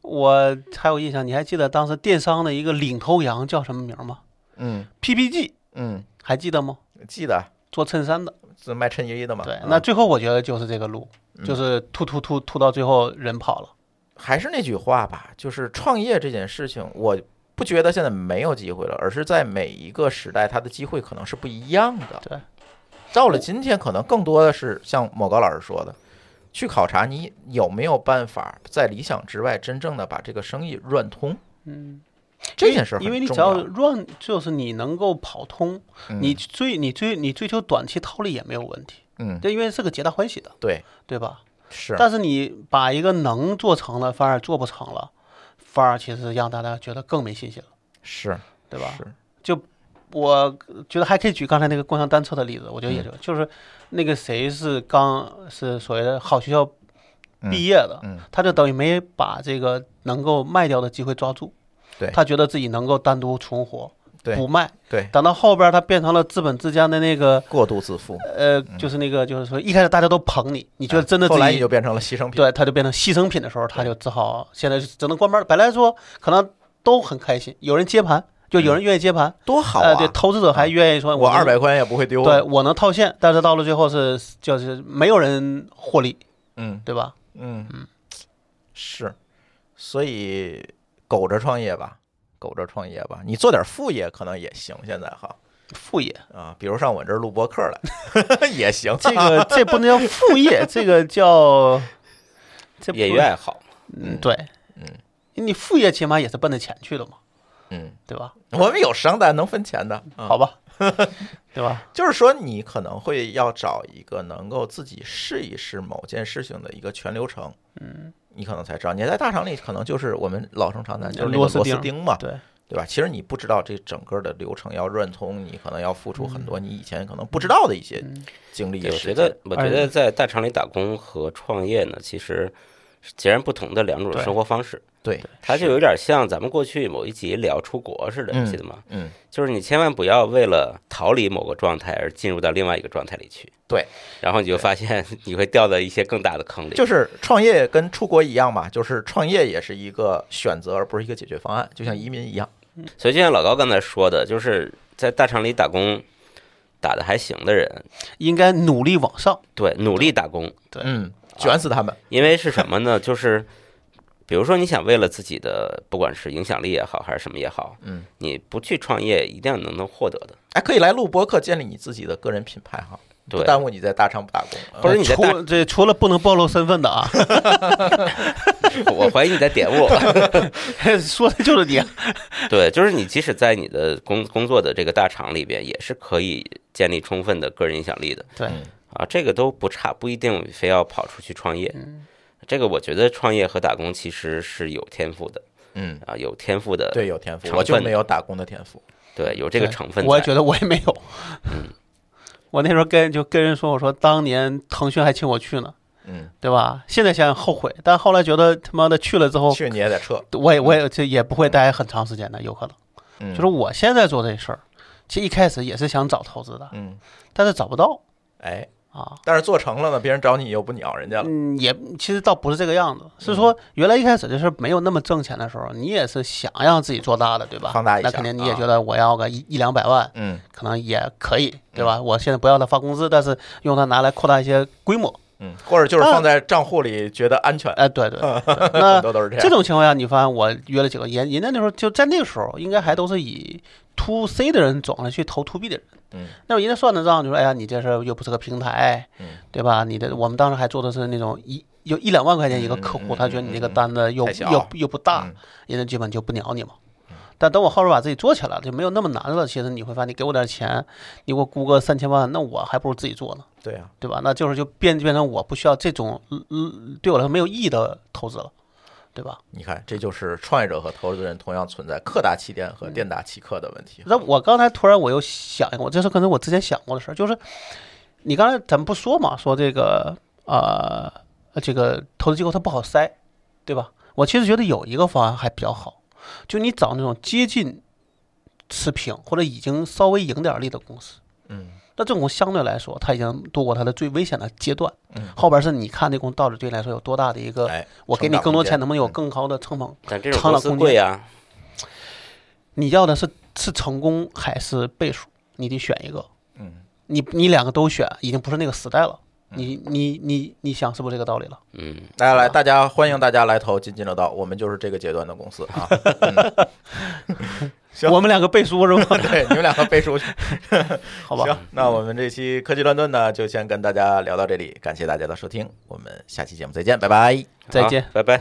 我还有印象，你还记得当时电商的一个领头羊叫什么名儿吗嗯？PPG，嗯，还记得吗？记得啊做衬衫的。是卖衬衣的嘛？对啊，那最后我觉得就是这个路，嗯就是突突突突到最后人跑了。还是那句话吧，就是创业这件事情，我不觉得现在没有机会了，而是在每一个时代，它的机会可能是不一样的。对，到了今天，可能更多的是像某高老师说的，去考察你有没有办法在理想之外，真正的把这个生意润通。嗯，这件事很因为你重只要要 run，就是你能够跑通，你追你追你追求短期套利也没有问题，嗯嗯这因为是个皆大欢喜的，对对吧？是但是你把一个能做成了，反而做不成了，反而其实让大家觉得更没信心了，是对吧？是我觉得还可以举刚才那个共享单车的例子，我觉得嗯也就、就是那个谁是刚是所谓的好学校毕业的，嗯嗯他就等于没把这个能够卖掉的机会抓住，对他觉得自己能够单独存活，对不卖，对等到后边他变成了资本之家的那个过度自负，呃，就是那个就是说一开始大家都捧你，你觉得真的嗯自后来你己就变成了牺牲品。对，他就变成牺牲品的时候，他就只好现在是只能关门。本来说可能都很开心，有人接盘，就有人愿意接盘，多好呃，啊！对，投资者还愿意说我能二百块钱也不会丢。对，我能套现，但是到了最后是就是没有人获利，嗯。对吧？嗯，是，所以苟着创业吧，苟着创业吧，你做点副业可能也行。现在哈副业，啊，比如上我这儿录播客来 也行。这 个这不能叫副 业，这个叫这不业余爱好，嗯，对，嗯，你副业起码也是奔着钱去的嘛，嗯，对吧？我们有商单能分钱的，嗯好吧，对吧？就是说你可能会要找一个能够自己试一试某件事情的一个全流程，嗯，你可能才知道。你在大厂里可能就是我们老生常谈就是那个嗯螺螺丝钉丝钉嘛，对，对吧？其实你不知道这整个的流程要润通，你可能要付出很多你以前可能不知道的一些精力对，也我是。觉得，我觉而得在大厂里打工和创业呢，其实是截然不同的两种对生活方式。对，它就是有点像咱们过去某一集聊出国似的，嗯记得吗？嗯，就是你千万不要为了逃离某个状态而进入到另外一个状态里去。对，然后你就发现你会掉到一些更大的坑里。就是创业跟出国一样嘛，就是创业也是一个选择，而不是一个解决方案，就像移民一样。所以就像老高刚才说的，就是在大厂里打工打的还行的人，应该努力往上，对，努力打工，对嗯，卷死他们。因为是什么呢？就是比如说你想为了自己的不管是影响力也好还是什么也好，嗯，你不去创业一定能能获得的。哎，可以来录播客，建立你自己的个人品牌哈，不对，耽误你在大厂打工。嗯不是你在大除这除了不能暴露身份的啊， 我怀疑你在点我。 说的就是你，啊对，就是你即使在你的工工作的这个大厂里边，也是可以建立充分的个人影响力的对，啊，这个都不差，不一定非要跑出去创业。嗯这个我觉得创业和打工其实是有天赋的嗯，啊，有天赋的，对，有天赋，成我就分没有打工的天赋。对，有这个对成分在。我也觉得我也没有。我那时候跟就跟人说，我说当年腾讯还请我去呢，嗯，对吧？现在想想后悔，但后来觉得他妈的去了之哦后，去你也得撤，我也我也这也不会待很长时间的，有可能。嗯，就是我现在做这事儿，其实一开始也是想找投资的，嗯，但是找不到哎，啊。但是做成了呢，别人找你你又不鸟人家了，嗯，也其实倒不是这个样子，是说原来一开始这事儿没有那么挣钱的时候，你也是想让自己做大的，对吧？放大一下那肯定你也啊觉得我要个一一两百万，嗯可能也可以，对吧？我现在不要它发工资，但是用它拿来扩大一些规模。嗯，或者就是放在账户里觉得安全，哎，对对，对 很那多都是啊这呃这样，种情况下，你发现我约了几个人，人家那时候就在那个时候，应该还都是以 to C 的人转来去投 to B 的人。嗯，那么人家算的账就说，哎呀，你这事儿又不是个平台，嗯对吧？你的我们当时还做的是那种一有一两万块钱一个客嗯嗯户，嗯他觉得你这个单子又太小又又不大，嗯人家基本就不鸟你嘛。但等我后边把自己做起来了，就没有那么难了。其实你会发现，你给我点钱，你给我估个三千万，那我还不如自己做呢，对啊呀，对吧？那就是就变变成我不需要这种，嗯嗯，对我来说没有意义的投资了，对吧？你看，这就是创业者和投资人同样存在客大欺店和店大欺客的问题。那我刚才突然我又想一个，我这是可能我之前想过的事儿，就是你刚才咱们不说嘛，说这个呃这个投资机构它不好筛，对吧？我其实觉得有一个方案还比较好，就你找那种接近持平或者已经稍微赢点儿利的公司。嗯，那这种相对来说，它已经度过它的最危险的阶段。嗯后边是你看这公司到底对你来说有多大的一个，哎，我给你成长更多空间嗯钱，能不能有更高的成本？但这种长公了司空贵啊，你要的是是成功还是倍数？你得选一个。嗯，你你两个都选，已经不是那个时代了。你你你你想是不是这个道理了？嗯，来来，大家欢迎大家来投金金乐道，我们就是这个阶段的公司啊。嗯行？我们两个背书是 吧 对，你们两个背书去。好吧，行，那我们这期科技乱炖呢，就先跟大家聊到这里，感谢大家的收听，我们下期节目再见，拜拜。再好见，拜拜。